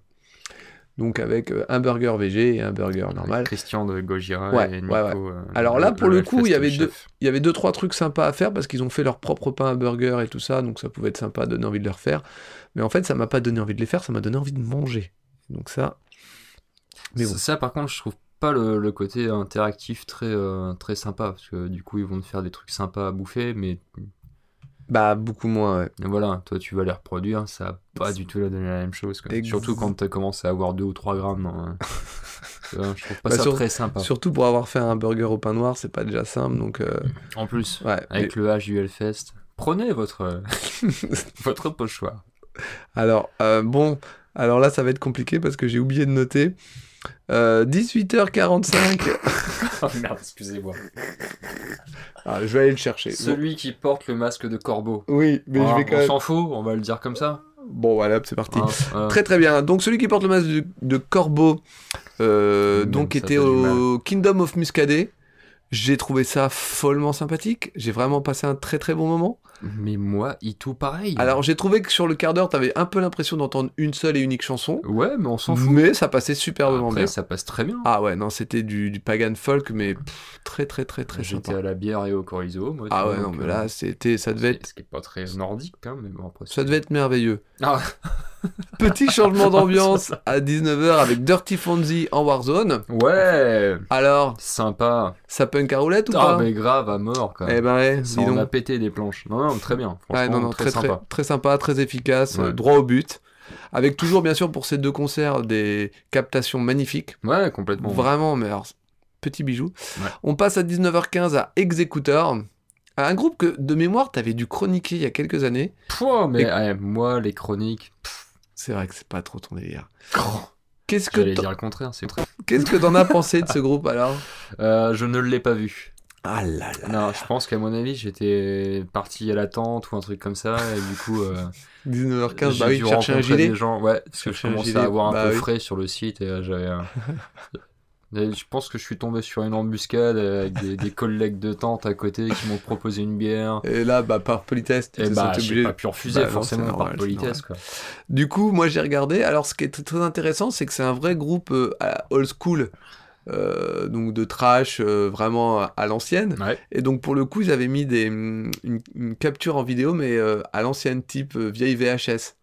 Donc avec euh, un burger VG et un burger normal.
Christian de Gojira
Ouais,
et Nico.
ouais,
euh,
Alors là, pour le coup, il y
Hellfest
avait
chef.
Il y avait deux trois trucs sympas à faire parce qu'ils ont fait leur propre pain à burger et tout ça, donc ça pouvait être sympa, donner envie de les refaire. Mais en fait, ça m'a pas donné envie de les faire, ça m'a donné envie de manger. Donc ça. Mais bon.
Ça, ça, par contre, je trouve pas le, le côté interactif très, euh, très sympa. Parce que du coup, ils vont te faire des trucs sympas à bouffer, mais
Bah beaucoup moins. ouais.
mais voilà, toi, tu vas les reproduire. Ça va pas du tout leur donner la même chose. quoi.
Ex-
Surtout quand tu commencé à avoir 2 ou 3 grammes. hein.
[LAUGHS]
Tu vois, je trouve pas
Bah,
ça
sur-
très sympa.
Surtout pour avoir fait un burger au pain noir, c'est pas déjà simple,
[LAUGHS]
donc euh,
En plus,
ouais.
avec le H du Hellfest, prenez votre, [LAUGHS] votre pochoir.
Alors, euh, bon, alors là, ça va être compliqué parce que j'ai oublié de noter. Euh, 18h45.
Oh merde, excusez-moi.
[LAUGHS] Ah, je vais aller le chercher.
Celui qui porte le masque de corbeau.
Bon. Oui, mais
Ah,
je vais quand
on
même.
s'en fout, on va le dire comme ça.
Bon, voilà, hop, c'est parti.
Hein, euh,
Ah. Très très bien. Donc, celui qui porte le masque de, de corbeau, euh,
Même
donc
ça
était
fait du
au Kingdom of Muscadet. J'ai trouvé ça follement sympathique. J'ai vraiment passé un très très bon moment.
Mais moi, il tout pareil.
Alors, j'ai trouvé que sur le quart d'heure, t'avais un peu l'impression d'entendre une seule et unique chanson.
Ouais, mais on s'en fout.
Mais ça passait superbement
Après,
bien.
ça passe très bien.
Ah ouais, non, c'était du, du pagan folk, mais pff, très très très très
J'étais
sympa.
à la bière et au chorizo, moi. tu
Ah
vois,
ouais, non,
donc,
mais
euh,
là, c'était, ça devait être,
Ce qui est pas très nordique, hein, mais bon, après.
ça devait être merveilleux.
Ah.
[LAUGHS] Petit
[LAUGHS]
changement d'ambiance à 19h avec Dirty Fonzie en Warzone.
Ouais
Alors,
Sympa.
ça punk à roulette ou
Ah,
pas
mais grave, à mort, quoi.
Eh ben ouais,
Ça
dis
en a
donc.
pété des planches. Non, non, très bien. Franchement,
Ouais, non, non,
très,
très,
sympa.
Très, très sympa, très efficace,
Ouais.
euh, droit au but. Avec toujours, bien sûr, pour ces deux concerts, des captations magnifiques.
Ouais, complètement.
Vraiment, mais alors, petit bijou.
Ouais.
On passe à 19h15 à Executor, un groupe que, de mémoire, t'avais dû chroniquer il y a quelques années.
Pouah, mais
Et-
ouais, moi, les chroniques.
C'est vrai que c'est pas trop ton délire. Qu'est-ce que
J'allais
t'en-
dire le contraire, c'est vrai. [LAUGHS]
qu'est-ce que t'en as pensé de ce groupe alors
Euh, je ne l'ai pas vu.
Ah là là.
Non, je pense qu'à mon avis, j'étais parti à l'attente ou un truc comme ça, et du coup,
[LAUGHS]
euh,
19h15,
j'ai
bah oui,
dû
chercher un
rencontrer
gilet.
des gens. Ouais, parce que je
Chercher un
commençais
gilet.
à avoir un
Bah
peu
oui.
frais sur le site, et euh, j'avais. euh,
[LAUGHS]
et Je pense que je suis tombé sur une embuscade euh, avec des, des collègues de tente à côté qui m'ont proposé une bière.
Et là, bah, par politesse, tu
Et
te
bah,
sens
j'ai
obligé.
pas pu refuser,
Bah non,
forcément,
c'est normal,
par
c'est
politesse. Quoi.
Du coup, moi, j'ai regardé. Alors, ce qui est très intéressant, c'est que c'est un vrai groupe euh, à- old school, euh, donc de trash, euh, vraiment à- à l'ancienne.
Ouais.
Et donc pour le coup, ils avaient mis des, mm, une, une capture en vidéo, mais euh, à l'ancienne type euh, vieille VHS.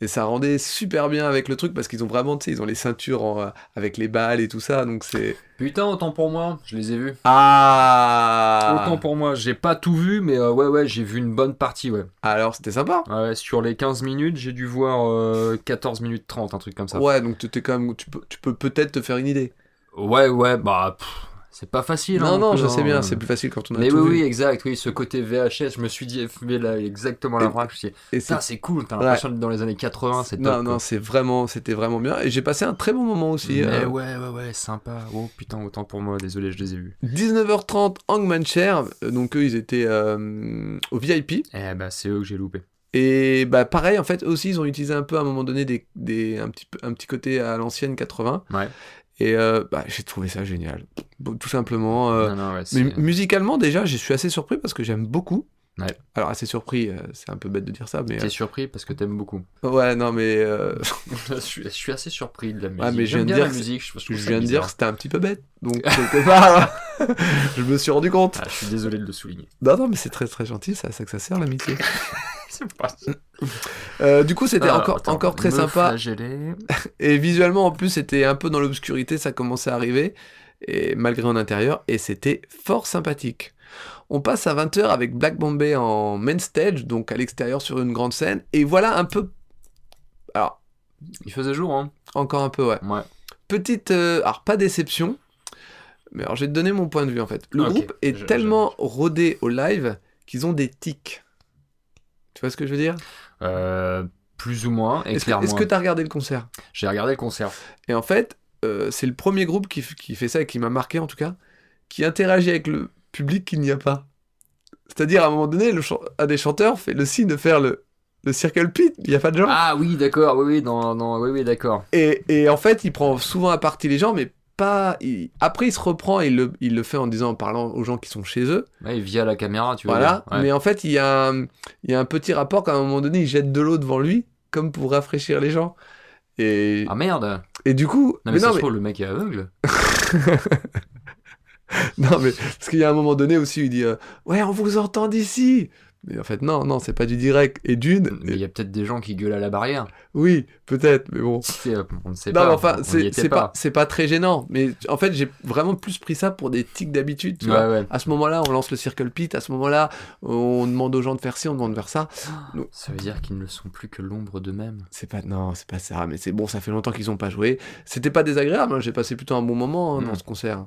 Et ça rendait super bien avec le truc parce qu'ils ont vraiment, tu sais, ils ont les ceintures en, euh, avec les balles et tout ça, donc c'est.
Putain, autant pour moi, je les ai vus.
Ah
Autant pour moi, j'ai pas tout vu, mais euh, ouais, ouais, j'ai vu une bonne partie, ouais.
Alors c'était sympa.
Ouais, sur les 15 minutes, j'ai dû voir euh, 14 minutes 30, un truc comme ça.
Ouais, donc tu t'es quand même, tu peux, tu peux peut-être te faire une idée.
Ouais, ouais, bah, pff, c'est pas facile. hein,
non, non,
plus,
je sais
hein.
bien, c'est plus facile quand on a
Mais
tout
oui,
vu.
oui, exact, oui, ce côté VHS, je me suis dit, mais là, exactement
Et-
la vraie, je me suis dit,
Et c'est-
putain, c'est cool, t'as l'impression d'être dans les années 80, Ah, c'est top.
non,
quoi.
non, c'est vraiment, c'était vraiment bien. Et j'ai passé un très bon moment aussi.
Mais
euh,
ouais, ouais, ouais, sympa. Oh putain, autant pour moi, désolé, je les ai vus.
19h30, Hangman Chair. euh, Donc eux, ils étaient euh, au VIP.
Eh bah, c'est eux que j'ai loupé.
Et bah pareil, en fait, eux aussi, ils ont utilisé un peu à un moment donné des, des, un, petit, peu- un petit côté à l'ancienne 80.
Ouais.
Et euh, bah, j'ai trouvé ça génial. Bon, Tout simplement. euh,
non, non, ouais,
mais
c'est-
musicalement, déjà, je suis assez surpris parce que j'aime beaucoup.
Ouais.
Alors, assez surpris, euh, c'est un peu bête de dire ça, mais.
T'es surpris parce que t'aimes beaucoup. [LAUGHS]
euh, ouais, non, mais. euh, [LAUGHS]
je, suis, je suis assez surpris de la musique.
Ouais, Ah, mais je
J'aime
viens de
bien
dire
la
que
musique. Je,
je viens de dire que c'était un petit peu bête.
[LAUGHS]
Donc, quelque part, [LAUGHS] je me suis rendu compte.
Ah, je suis désolé de le souligner.
Non, non, mais c'est très, très gentil, c'est à ça que ça sert, l'amitié.
c'est pas
Euh, du coup, c'était
Ah,
encore,
attends,
encore très
me
sympa.
flageller.
Et visuellement, en plus, c'était un peu dans l'obscurité, ça commençait à arriver, et malgré en intérieur, et c'était fort sympathique. On passe à 20h avec Black Bombay en main stage, donc à l'extérieur sur une grande scène, et voilà un peu. Alors,
Il faisait jour, hein
encore un peu, ouais.
Ouais.
Petite. euh, alors, pas déception, mais alors je vais te donner mon point de vue en fait. Le
Ok,
groupe est
je-
tellement rodé au live qu'ils ont des tics. Tu vois ce que je veux dire
Euh, plus ou moins,
Est-ce que-
éclaire-moi.
est-ce que tu as regardé le concert
J'ai regardé le concert.
Et en fait, euh, c'est le premier groupe qui, f- qui fait ça et qui m'a marqué en tout cas, qui interagit avec le public qu'il n'y a pas. C'est-à-dire, à un moment donné, le chan- un des chanteurs fait le signe de faire le, le circle pit, il n'y a pas de gens.
Ah oui, d'accord, oui, oui, dans, dans- oui, oui, d'accord.
Et, et en fait, il prend souvent à partie les gens, mais pas. il- Après, il se reprend et il le, il le fait en disant, en parlant aux gens qui sont chez eux.
Ouais, via la caméra, tu vois.
voilà. Mais en fait, il y, a un, il y a un petit rapport qu'à un moment donné, il jette de l'eau devant lui, comme pour rafraîchir les gens. Et,
Ah merde
et du coup.
Non mais,
mais
ça
non,
se
mais-
trouve, le mec est aveugle.
Non, mais parce qu'il y a un moment donné aussi, il dit euh, Ouais, on vous entend d'ici. Mais en fait, non, non, c'est pas du direct. Et d'une,
Mais il y a peut-être des gens qui gueulent à la barrière.
oui, peut-être, mais bon.
C'est- On ne sait
Non,
pas.
mais enfin,
on n'y
c'est
était
c'est pas, c'est pas très gênant. Mais en fait, j'ai vraiment plus pris ça pour des tics d'habitude. tu vois.
Ouais, ouais.
À ce moment-là, on lance le circle pit. À ce moment-là, on demande aux gens de faire ci, on demande de faire ça.
Ça veut dire qu'ils ne sont plus que l'ombre d'eux-mêmes.
C'est pas, non, c'est pas ça. Mais c'est bon, ça fait longtemps qu'ils ont pas joué. C'était pas désagréable. hein, J'ai passé plutôt un bon moment hein, dans
Mm.
ce concert.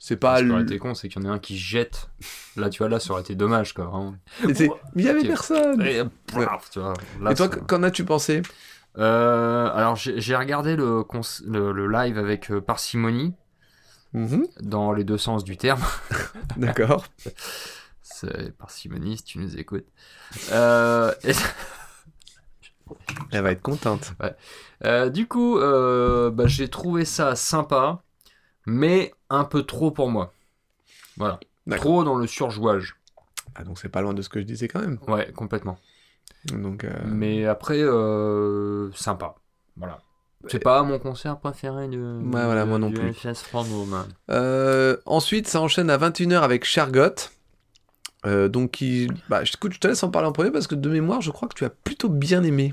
C'est
Ce
pas.
qui
Ah, le-
aurait été con, c'est qu'il y en a un qui jette. Là, tu vois, là, ça aurait été dommage, quoi. vraiment.
Mais c'est- mais il y avait
Ok.
personne.
Et, paf, tu vois, là,
Et toi,
ça-
qu'en as-tu pensé
Euh, alors j'ai j'ai regardé le, cons- le, le live avec euh, parcimonie
Mhm,
dans les deux sens du terme. [LAUGHS]
D'accord.
C'est parcimonie si tu nous écoutes. Euh, et- [LAUGHS]
Elle va être contente.
euh, du coup, euh, bah, j'ai trouvé ça sympa, mais un peu trop pour moi. Voilà.
D'accord.
Trop dans le surjouage.
Ah, donc c'est pas loin de ce que je disais quand même.
Ouais, complètement.
Donc, euh,
Mais après, euh, sympa. Voilà. C'est pas mon concert préféré de.
Euh. Ouais, voilà, moi non plus. euh, ensuite, ça enchaîne à 21h avec Chargot. Euh, donc, il... bah, je- écoute, je te laisse en parler en premier parce que de mémoire, je crois que tu as plutôt bien aimé.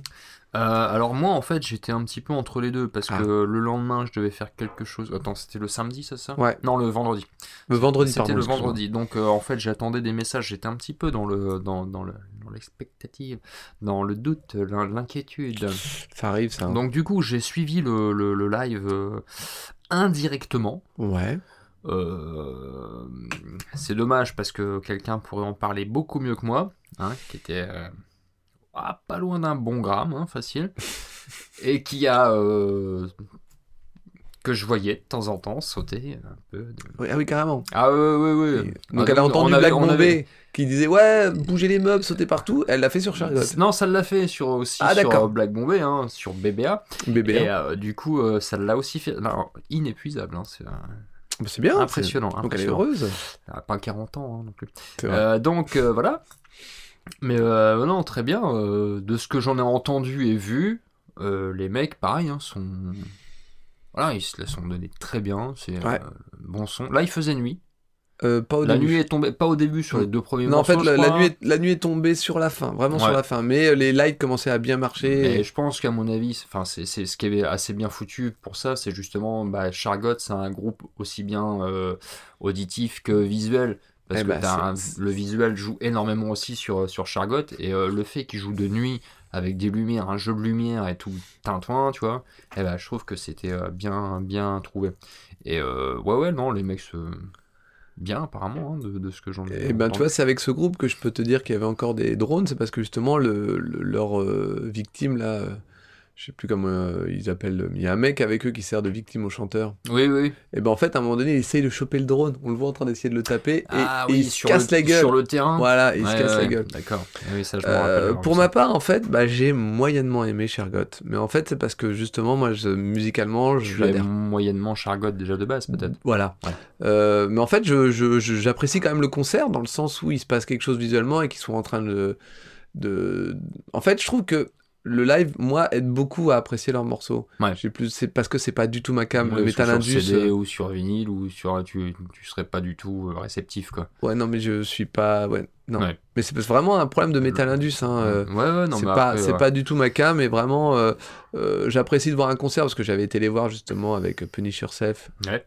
Euh, alors moi en fait j'étais un petit peu entre les deux parce
Ah.
que le lendemain je devais faire quelque chose. Attends c'était le samedi c'est ça
Ouais.
Non le vendredi.
Le vendredi,
C'était
pardon.
le
excuse-moi.
vendredi donc euh, en fait j'attendais des messages j'étais un petit peu dans le dans, dans le dans l'expectative dans le doute l'in- l'inquiétude.
Ça arrive, ça. hein.
Donc du coup j'ai suivi le, le- le live euh, indirectement.
Ouais.
Euh, c'est dommage parce que quelqu'un pourrait en parler beaucoup mieux que moi, hein, qui était euh, ah, pas
[LAUGHS]
loin d'un bon gramme, hein, facile, et qui a euh, que je voyais de temps en temps sauter un peu. de-
Oui, ah oui, carrément.
Ah oui, oui, oui.
Donc
Ah,
elle a entendu
on avait-
Black
on
Bombay
avait-
qui disait ouais, bougez les meubles, sautez partout. Elle l'a fait sur Charlotte.
Non, ça l'a fait sur, aussi
Ah,
sur
d'accord.
euh, Black Bombay, hein, sur BBA.
Bébé. hein.
Et euh, du coup, euh, ça l'a aussi fait. Non, inépuisable, hein, c'est euh,
Bah, C'est bien.
impressionnant.
c'est- Donc elle est
impressionnant.
heureuse.
Elle a pas 40 ans hein, non plus.
C'est vrai.
Euh, donc euh, voilà. Mais euh, non, très bien. euh, de ce que j'en ai entendu et vu, euh, les mecs, pareil, hein, sont. Voilà, ils se la sont donnés très bien. C'est euh,
Ouais.
bon son. Là, il faisait nuit.
Euh, pas au
la
début. Mm.
nuit est tombée, pas au début sur les deux premiers
Non, en
morceaux,
fait,
je
la, la
crois,
nuit
hein.
est, la nuit est tombée sur la fin, vraiment sur
Ouais.
la fin. Mais euh, les lights commençaient à bien marcher.
Et je pense qu'à mon avis, c'est- enfin, c'est c'est ce qui est assez bien foutu pour ça, c'est justement, bah, Chargot, c'est un groupe aussi bien euh, auditif que visuel. Parce
Eh
que
bah,
t'as un-
c'est-
le visuel joue énormément aussi sur, sur Chargot, et euh, le fait qu'il joue de nuit avec des lumières, un jeu de lumière et tout tintouin, tu vois, eh ben, je trouve que c'était euh, bien, bien trouvé. Et euh, ouais, ouais, non, les mecs se. Bien, apparemment, hein, de, de ce que j'en ai.
Et ben tu vois, c'est avec ce groupe que je peux te dire qu'il y avait encore des drones, c'est parce que justement le, le- leur euh, victime là, euh, je sais plus comment euh, ils appellent, mais il y a un mec avec eux qui sert de victime au chanteur.
Oui, oui.
Et ben en fait à un moment donné il essaye de choper le drone, on le voit en train d'essayer de le taper et,
Ah
et
oui,
il se
sur
casse
le,
la gueule.
Sur le terrain.
[LAUGHS] Voilà, il se
Ouais,
casse la
ouais,
gueule.
D'accord. Ah Oui, ça, je me
Euh,
rappelle, alors,
pour
ça.
ma part, en fait, bah, j'ai moyennement aimé Shergot. Mais en fait, c'est parce que justement, moi, je- musicalement, je
Tu
l'adhère
es moyennement chargotte déjà de base, peut-être.
Voilà.
Ouais.
Euh, mais en fait, je- je- je- j'apprécie quand même le concert dans le sens où il se passe quelque chose visuellement et qu'ils sont en train de, de. En fait, je trouve que le live, moi, aide beaucoup à apprécier leurs morceaux.
Ouais.
J'ai plus, c'est parce que c'est pas du tout ma cam.
Ouais,
le
parce
Metal
que sur
Indus.
CD
euh,
ou sur vinyle ou sur tu, tu serais pas du tout euh, réceptif quoi.
Ouais, non, mais je suis pas. Ouais, non.
Ouais.
Mais c'est parce- vraiment un problème de Metal Indus. Hein, euh,
ouais ouais non
c'est
mais
pas,
après,
c'est
ouais.
pas du tout ma cam, mais vraiment, euh, euh, j'apprécie de voir un concert parce que j'avais été les voir justement avec Punish Yourself.
Ouais.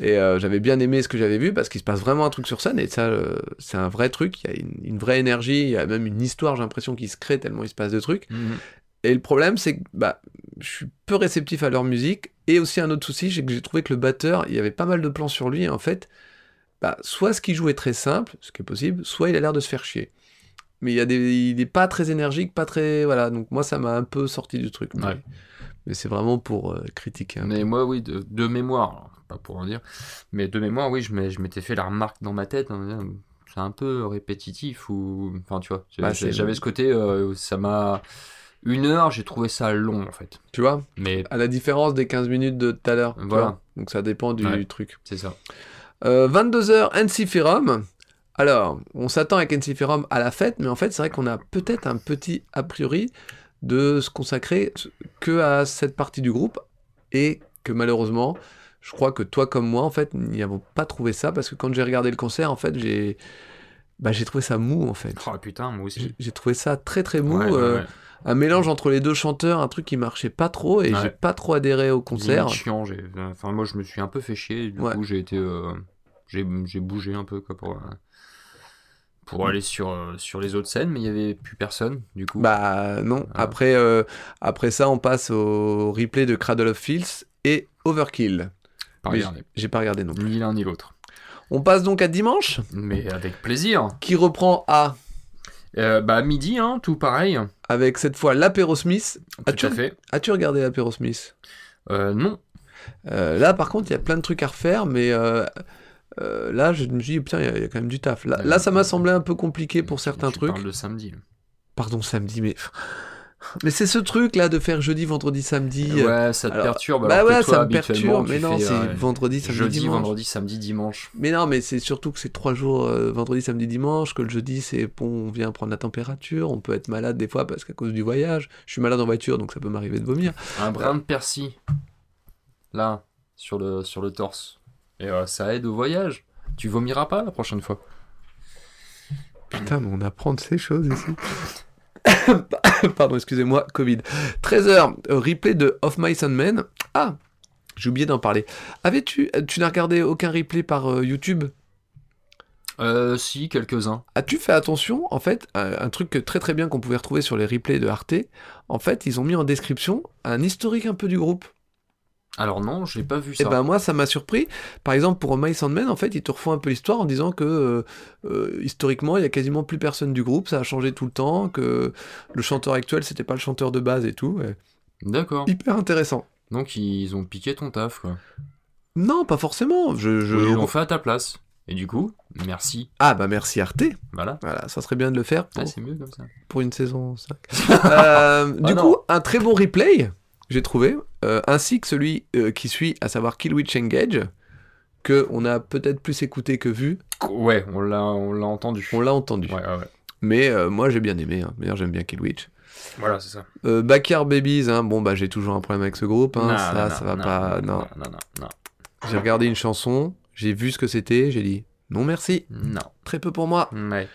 Et euh, j'avais bien aimé ce que j'avais vu parce qu'il se passe vraiment un truc sur scène et ça, euh, c'est un vrai truc. Il y a une, une vraie énergie, il y a même une histoire, j'ai l'impression, qui se crée tellement il se passe de trucs.
Mhm.
Et le problème, c'est que bah, je suis peu réceptif à leur musique. Et aussi un autre souci, c'est que j'ai trouvé que le batteur, il y avait pas mal de plans sur lui. Et en fait, bah, soit ce qu'il joue est très simple, ce qui est possible, soit il a l'air de se faire chier. Mais il, y a des, il est pas très énergique, pas très... Voilà, donc moi, ça m'a un peu sorti du truc. Mais,
Ouais.
mais c'est vraiment pour euh, critiquer. un peu.
Mais moi oui de, de mémoire, alors, pas pour en dire, mais de mémoire oui je m'ai- je m'étais fait la remarque dans ma tête. en me disant, c'est un peu répétitif ou enfin tu vois
Bah,
j'ai-
c'est-
j'avais ce côté euh, où ça m'a une heure j'ai trouvé ça long en fait
Tu vois,
mais
à la différence des 15 minutes de tout à l'heure. tu
Voilà.
vois. Donc ça dépend du
Ouais.
truc.
c'est ça
Euh, 22h, Ensiferum. Alors, on s'attend avec Ensiferum à la fête, mais en fait, c'est vrai qu'on a peut-être un petit a priori de se consacrer que à cette partie du groupe et que malheureusement, je crois que toi comme moi, en fait, n'y avons pas trouvé ça parce que quand j'ai regardé le concert, en fait, j'ai bah, j'ai trouvé ça mou, en fait.
oh putain moi
J'ai-
aussi
J'ai trouvé ça très très mou,
Ouais, ouais,
euh,
ouais.
un mélange entre les deux chanteurs, un truc qui marchait pas trop et
Ouais.
j'ai pas trop adhéré au concert.
Limite chiant, j'ai- enfin moi je me suis un peu fait chier, du
Ouais.
coup j'ai été, euh, j'ai j'ai bougé un peu quoi pour euh,
Mm.
pour aller sur euh, sur les autres scènes, mais il y avait plus personne du coup.
Bah non.
Ah.
Après, euh, après ça, on passe au replay de Cradle of Filth et Overkill.
pas
Mais
regardé.
J'ai pas regardé non plus.
hein, Ni l'un ni l'autre.
On passe donc à dimanche,
Mais avec plaisir.
qui reprend à
Euh, bah à midi, hein, tout pareil.
Ah, avec cette fois l'apéro Smith.
Tout
As-tu
à fait.
as-tu regardé l'apéro Smith
Euh, non.
Euh, Là, par contre, il y a plein de trucs à refaire, mais euh, euh, là, je me suis dit, putain, il y, a- il y a quand même du taf. Là,
Ouais,
là, ça
ouais.
m'a semblé un peu compliqué pour
Tu-
certains
tu
trucs.
parles de samedi. là.
Pardon, samedi, mais. Mais c'est ce truc là de faire jeudi, vendredi, samedi. euh,
Ouais, ça te
alors-
perturbe.
bah
alors que
ouais,
toi,
ça me
habituellement,
perturbe,
tu
mais non,
fais,
c'est
euh,
vendredi, samedi,
jeudi,
dimanche.
vendredi, samedi, dimanche.
Mais non, mais c'est surtout que c'est trois jours, euh, vendredi, samedi, dimanche, que le jeudi, c'est bon, on vient prendre la température, on peut être malade des fois parce qu'à cause du voyage. Je suis malade en voiture, donc ça peut m'arriver de vomir.
Un brin de persil. Là, sur le, sur le torse. Et euh, ça aide au voyage. Tu vomiras pas la prochaine fois.
Putain, mais on apprend de ces choses ici. [COUGHS] Pardon, excusez-moi, Covid. 13h, replay de Of Mice and Men. Ah, j'ai oublié d'en parler. Avais-tu, euh, tu n'as regardé aucun replay par euh, YouTube
Euh, si, quelques-uns.
As-tu fait attention En fait, un, un truc que très très bien qu'on pouvait retrouver sur les replays de Arte, en fait, ils ont mis en description un historique un peu du groupe.
Alors non, j'ai pas vu
Et
ça.
ben moi ça m'a surpris. Par exemple pour My Sandman en fait ils te refont un peu l'histoire en disant que euh, euh, historiquement il y a quasiment plus personne du groupe, ça a changé tout le temps, que le chanteur actuel c'était pas le chanteur de base et tout. Ouais.
D'accord.
Hyper intéressant.
Donc ils ont piqué ton taf, quoi.
Non, pas forcément. Je, je-
Ou Ils l'ont fait à ta place. Et du coup, merci.
Ah bah merci Arte.
Voilà.
Voilà, ça serait bien de le faire pour,
Ah, c'est mieux comme ça.
pour une saison 5.
[LAUGHS]
Euh, du
Ah non.
coup, un très bon replay, j'ai trouvé, euh, ainsi que celui euh, qui suit, à savoir Kill Witch Engage, que on a peut-être plus écouté que vu,
Ouais, on l'a, on l'a entendu.
on l'a entendu.
Ouais, ouais, ouais.
Mais euh, moi j'ai bien aimé, hein. d'ailleurs j'aime bien Kill Witch.
Voilà, c'est ça.
Euh, Backyard Babies, hein, bon bah j'ai toujours un problème avec ce groupe, hein,
Non,
ça,
non,
ça va
non,
pas, non.
Non, non, non.
J'ai regardé une chanson, j'ai vu ce que c'était, j'ai dit non merci,
Non.
très peu pour moi.
non. Ouais.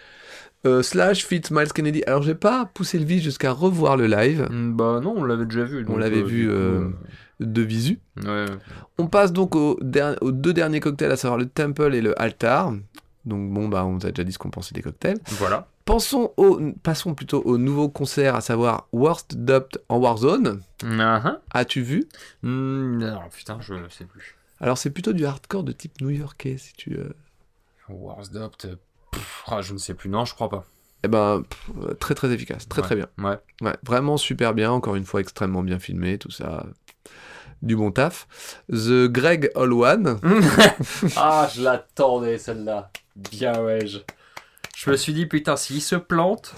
Euh, slash fit Miles Kennedy, alors j'ai pas poussé le vis jusqu'à revoir le live
Mm, Bah non, on l'avait déjà vu. donc,
l'avait vu,
du coup,
euh, de visu.
euh, ouais.
On passe donc aux, der- aux deux derniers cocktails, à savoir le Temple et le Altar. Donc bon, bah, on vous a déjà dit ce qu'on pensait des cocktails.
Voilà.
Pensons au, passons plutôt au nouveau concert, à savoir Worst Dubbed en Warzone.
Ah,
As-tu vu
ah. Mm, alors, putain, je ne sais plus.
Alors c'est plutôt du hardcore de type new-yorkais, si tu... euh,
Warsdopt. Ah, je ne sais plus. Non, je crois pas. [LAUGHS]
Eh ben, pff, euh, très très efficace, très très bien.
Ouais.
Ouais, vraiment super bien, encore une fois extrêmement bien filmé, tout ça. Du bon taf. The Greg All One.
ah, je l'attendais celle-là. Bien ouais. Je... je me suis dit putain, s'il se [LAUGHS] plante.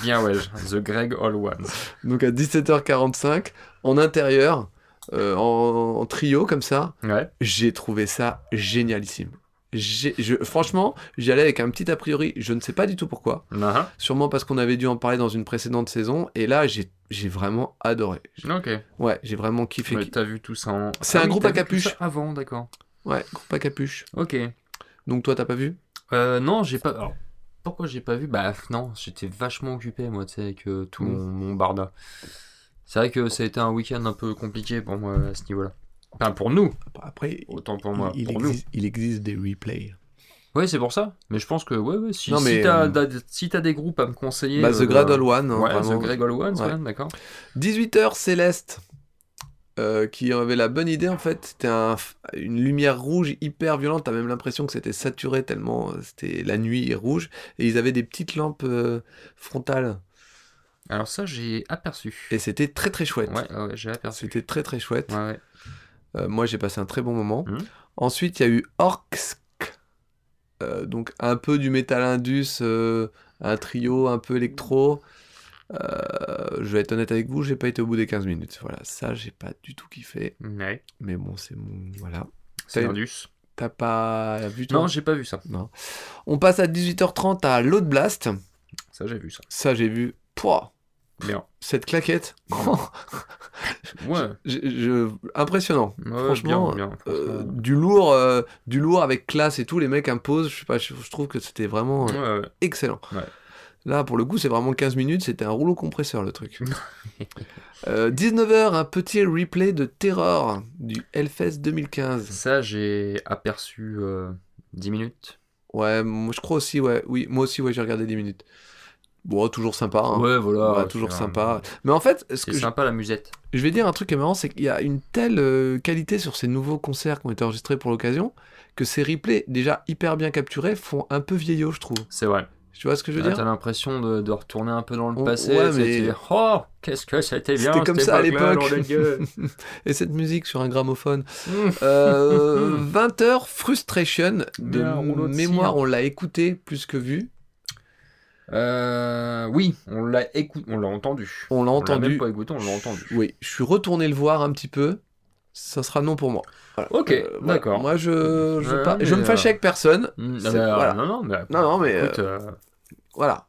Bien ouais. je- The Greg All Ones.
Donc à 17h45, en intérieur, euh, en- en trio comme ça.
Ouais.
j'ai trouvé ça génialissime. J'ai- je- franchement, j'y allais avec un petit a priori, je ne sais pas du tout pourquoi.
Ah,
Sûrement parce qu'on avait dû en parler dans une précédente saison, et là, j'ai j'ai vraiment adoré. J'ai-
ah. Ok.
Ouais, j'ai vraiment kiffé.
Mais t'as vu tout ça en.
C'est
Ah
un
oui,
groupe
t'as
à
vu tout
capuche.
ça Avant, d'accord.
Ouais, groupe à capuche.
Ok.
Donc toi, t'as pas vu
Euh, non, j'ai pas. alors, pourquoi j'ai pas vu Bah non, j'étais vachement occupé moi, tu sais, avec euh, tout
Mm.
mon, mon barda. C'est vrai que ça a été un week-end un peu compliqué pour moi à ce niveau-là. Enfin, pour nous,
Après,
autant pour moi. pour nous.
existe, des replays.
Ouais, c'est pour ça. Mais je pense que, ouais, ouais, si,
Non,
si
mais,
t'as
euh,
t'as- si t'as des groupes à me conseiller.
Bah,
euh,
The Gradle One, hein,
Ouais,
vraiment.
The Greg All Ones,
Ouais.
ouais, d'accord.
18h Céleste, euh, qui avait la bonne idée en fait. C'était un f- une lumière rouge hyper violente. T'as même l'impression que c'était saturé tellement euh, c'était la nuit et rouge. Et ils avaient des petites lampes euh, frontales.
Alors, ça, j'ai aperçu.
Et c'était très très chouette.
Ouais, ouais, j'ai aperçu.
C'était très très chouette.
Ouais, ouais.
Euh, moi j'ai passé un très bon moment.
Mhm.
Ensuite il y a eu Orksk. Euh, donc un peu du métal indus, euh, un trio un peu électro. Euh, je vais être honnête avec vous, j'ai pas été au bout des 15 minutes. Voilà, ça j'ai pas du tout kiffé.
Ouais,
Mais bon, c'est mon. Voilà.
c'est
T'as-
l'Indus.
T'as pas vu toi
Non, j'ai pas vu ça.
On passe à 18h30 à l'autre blast.
Ça, j'ai vu ça.
Ça, j'ai vu. Pouah
Bien.
Cette claquette. [LAUGHS]
Ouais,
Je- je- Impressionnant.
ouais,
Franchement,
bien, bien,
Euh,
franchement.
du lourd, euh, du lourd avec classe et tout. Les mecs imposent. Je sais pas. Je, je trouve que c'était vraiment euh,
Ouais, ouais.
excellent.
Ouais.
Là, pour le coup, c'est vraiment 15 minutes. C'était un rouleau compresseur
[LAUGHS]
le truc. Euh, 19h, un petit replay de Terror du Hellfest 2015.
Ça, j'ai aperçu euh, 10 minutes.
Ouais, moi, je crois aussi, ouais. Oui, moi aussi, ouais, j'ai regardé 10 minutes. Bon, toujours sympa. hein.
Ouais, voilà.
Ouais, toujours
c'est un-
sympa. Mais en fait, ce
C'est
que je,
sympa la musette.
je vais dire un truc qui est marrant, c'est qu'il y a une telle euh, qualité sur ces nouveaux concerts qui ont été enregistrés pour l'occasion que ces replays, déjà hyper bien capturés, font un peu vieillot, je trouve.
C'est vrai.
Tu vois ce que je veux
Ah,
dire
T'as l'impression de, de retourner un peu dans le
On-
passé.
ouais,
tu
mais-
sais, tu dis, Oh, qu'est-ce que c'était bien.
C'était comme
cette
ça à
époque-là,
l'époque.
nom de
[LAUGHS]
Dieu.
Et cette musique sur un gramophone.
Mm. [LAUGHS]
Euh, 20h Frustration, de
Bien, rouleau de
mémoire,
cire.
on l'a écouté plus que vu.
Euh, oui, on l'a écouté, on l'a entendu.
On l'a
On l'a
entendu.
même pas écouté, on l'a entendu.
Oui, je suis retourné le voir un petit peu. Ça sera non pour moi. Voilà.
Ok,
Euh, voilà.
d'accord.
Moi, je je, veux
Ouais,
pas- je
mais, euh,
me fâche avec personne.
Mm,
C'est-
mais, euh,
voilà.
Non, non, mais.
Non, non, mais,
écoute, euh,
Voilà.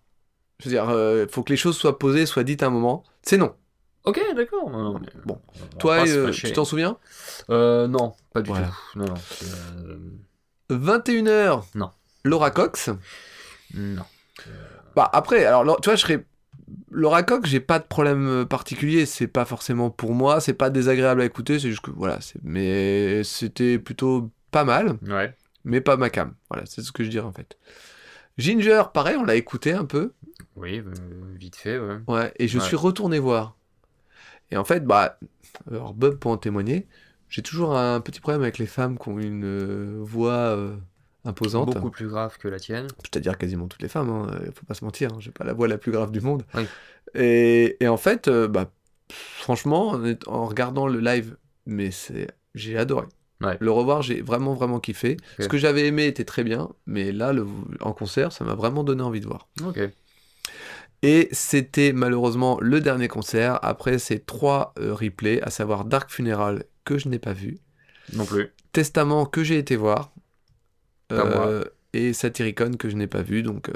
Je veux dire, euh, faut que les choses soient posées, soient dites à un moment. C'est non.
Ok, d'accord. non, non, mais
Bon.
on va
Toi,
pas se
euh,
fâcher.
tu t'en souviens
Euh, non, pas du
Voilà.
tout. Non, non. euh,
21h.
Non.
Laura Cox.
non.
Bah après, alors Laura- tu vois, je serais Laura Cox, j'ai pas de problème euh, particulier. C'est pas forcément pour moi. C'est pas désagréable à écouter. C'est juste que voilà. c'est- Mais c'était plutôt pas mal,
Ouais.
mais pas ma cam. Voilà, c'est ce que je dirais en fait. Ginger, pareil, on l'a écouté un peu.
Oui, euh, vite fait, ouais.
Ouais, et je
Ouais.
suis retourné voir. Et en fait, bah, alors Bob peut en témoigner, j'ai toujours un petit problème avec les femmes qui ont une euh, voix euh, imposante.
Beaucoup plus grave que la tienne.
C'est-à-dire quasiment toutes les femmes, hein, euh, faut pas se mentir, hein, j'ai pas la voix la plus grave du monde.
Oui.
Et, et en fait, euh, bah, franchement, en, est- en regardant le live, mais c'est, j'ai adoré.
Ouais.
Le revoir, j'ai vraiment, vraiment kiffé. Ce que j'avais aimé était très bien, mais là, le- en concert, ça m'a vraiment donné envie de voir.
Ok.
Et c'était malheureusement le dernier concert après ces trois euh, replays, à savoir Dark Funeral que je n'ai pas vu,
Non plus.
Testament que j'ai été voir, euh,
Pas moi.
et Satyricon que je n'ai pas vu. Donc euh,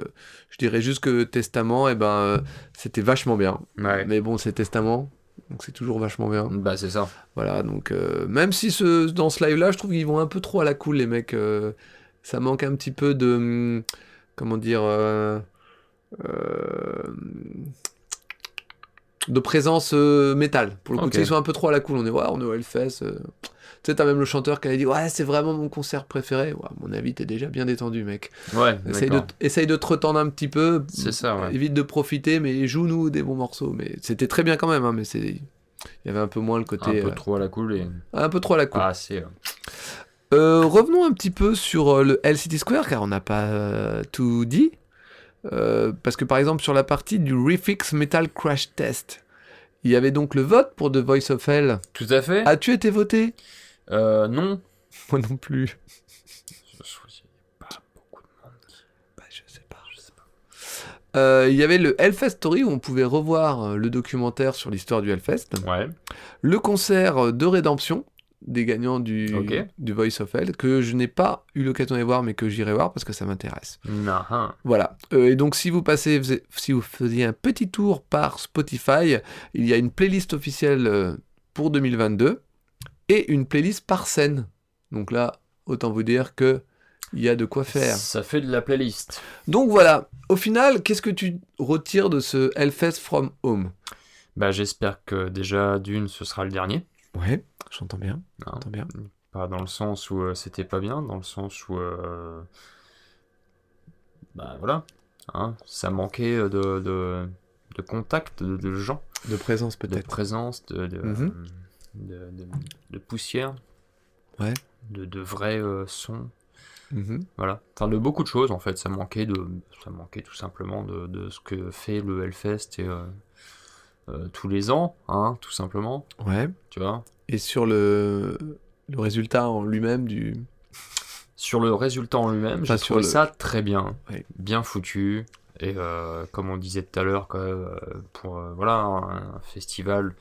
je dirais juste que Testament, eh ben, euh, c'était vachement bien.
Ouais.
Mais bon, c'est Testament, donc c'est toujours vachement bien.
Bah c'est ça.
Voilà, donc euh, même si ce, dans ce live-là, je trouve qu'ils vont un peu trop à la cool, les mecs. euh, ça manque un petit peu de. hum, Comment dire. euh, euh, de présence euh, métal. Pour le coup,
Ok.
tu sais, ils sont un peu trop à la cool. On est, ouais, on est au Hellfest. euh. Tu sais, t'as même le chanteur qui a dit, ouais, c'est vraiment mon concert préféré. Ouais, à mon avis, t'es déjà bien détendu, mec.
Ouais.
Essaye de,
d'accord.
essaye de te retendre un petit peu.
C'est ça. Ouais.
Évite de profiter, mais joue-nous des bons morceaux. Mais c'était très bien quand même, hein, mais c'est. Il y avait un peu moins le côté.
Un peu
euh,
trop à la cool et
un peu trop à la coupe.
pas assez. euh,
Euh, revenons un petit peu sur euh, le LCD Square, car on n'a pas euh, tout dit. Euh, parce que par exemple, sur la partie du Refix Metal Crash Test, il y avait donc le vote pour The Voice of Hell.
Tout à fait.
As-tu été voté
Euh, non.
[LAUGHS] Moi non plus.
Je suis pas beaucoup de monde.
Bah, je sais pas. Euh, il y avait le Hellfest Story où on pouvait revoir euh, le documentaire sur l'histoire du Hellfest.
Ouais.
Le concert euh, de rédemption des gagnants du,
Ok.
du Voice of Hell, que je n'ai pas eu l'occasion d'aller voir, mais que j'irai voir parce que ça m'intéresse.
Nah, hein.
Voilà. Euh, et donc, si vous passez, vous- si vous faisiez un petit tour par Spotify, il y a une playlist officielle euh, pour 2022 et une playlist par scène. Donc là, autant vous dire que il y a de quoi faire.
Ça fait de la playlist.
Donc voilà. Au final, qu'est-ce que tu retires de ce Hellfest from Home
Bah j'espère que déjà d'une ce sera le dernier.
Ouais, j'entends bien.
Non.
J'entends bien.
Pas dans le sens où euh, c'était pas bien, dans le sens où. euh, Bah voilà. Hein, ça manquait euh, de, de, de contact, de, de gens,
De présence
de
peut-être.
présence, de, de,
Mhm.
euh, de- de- de poussière.
Ouais.
De, de vrais euh, sons.
Mhm.
Voilà. Enfin, de beaucoup de choses en fait. Ça manquait, de, ça manquait tout simplement de, de ce que fait le Hellfest et, euh, euh, tous les ans, hein, tout simplement.
Ouais.
Tu vois
Et sur le, le résultat en lui-même du.
Sur le résultat en lui-même,
Enfin,
j'ai
sur
trouvé
le-
ça très bien,
Oui.
bien foutu. Et euh, comme on disait tout à l'heure, quoi, euh, pour euh, voilà un, un festival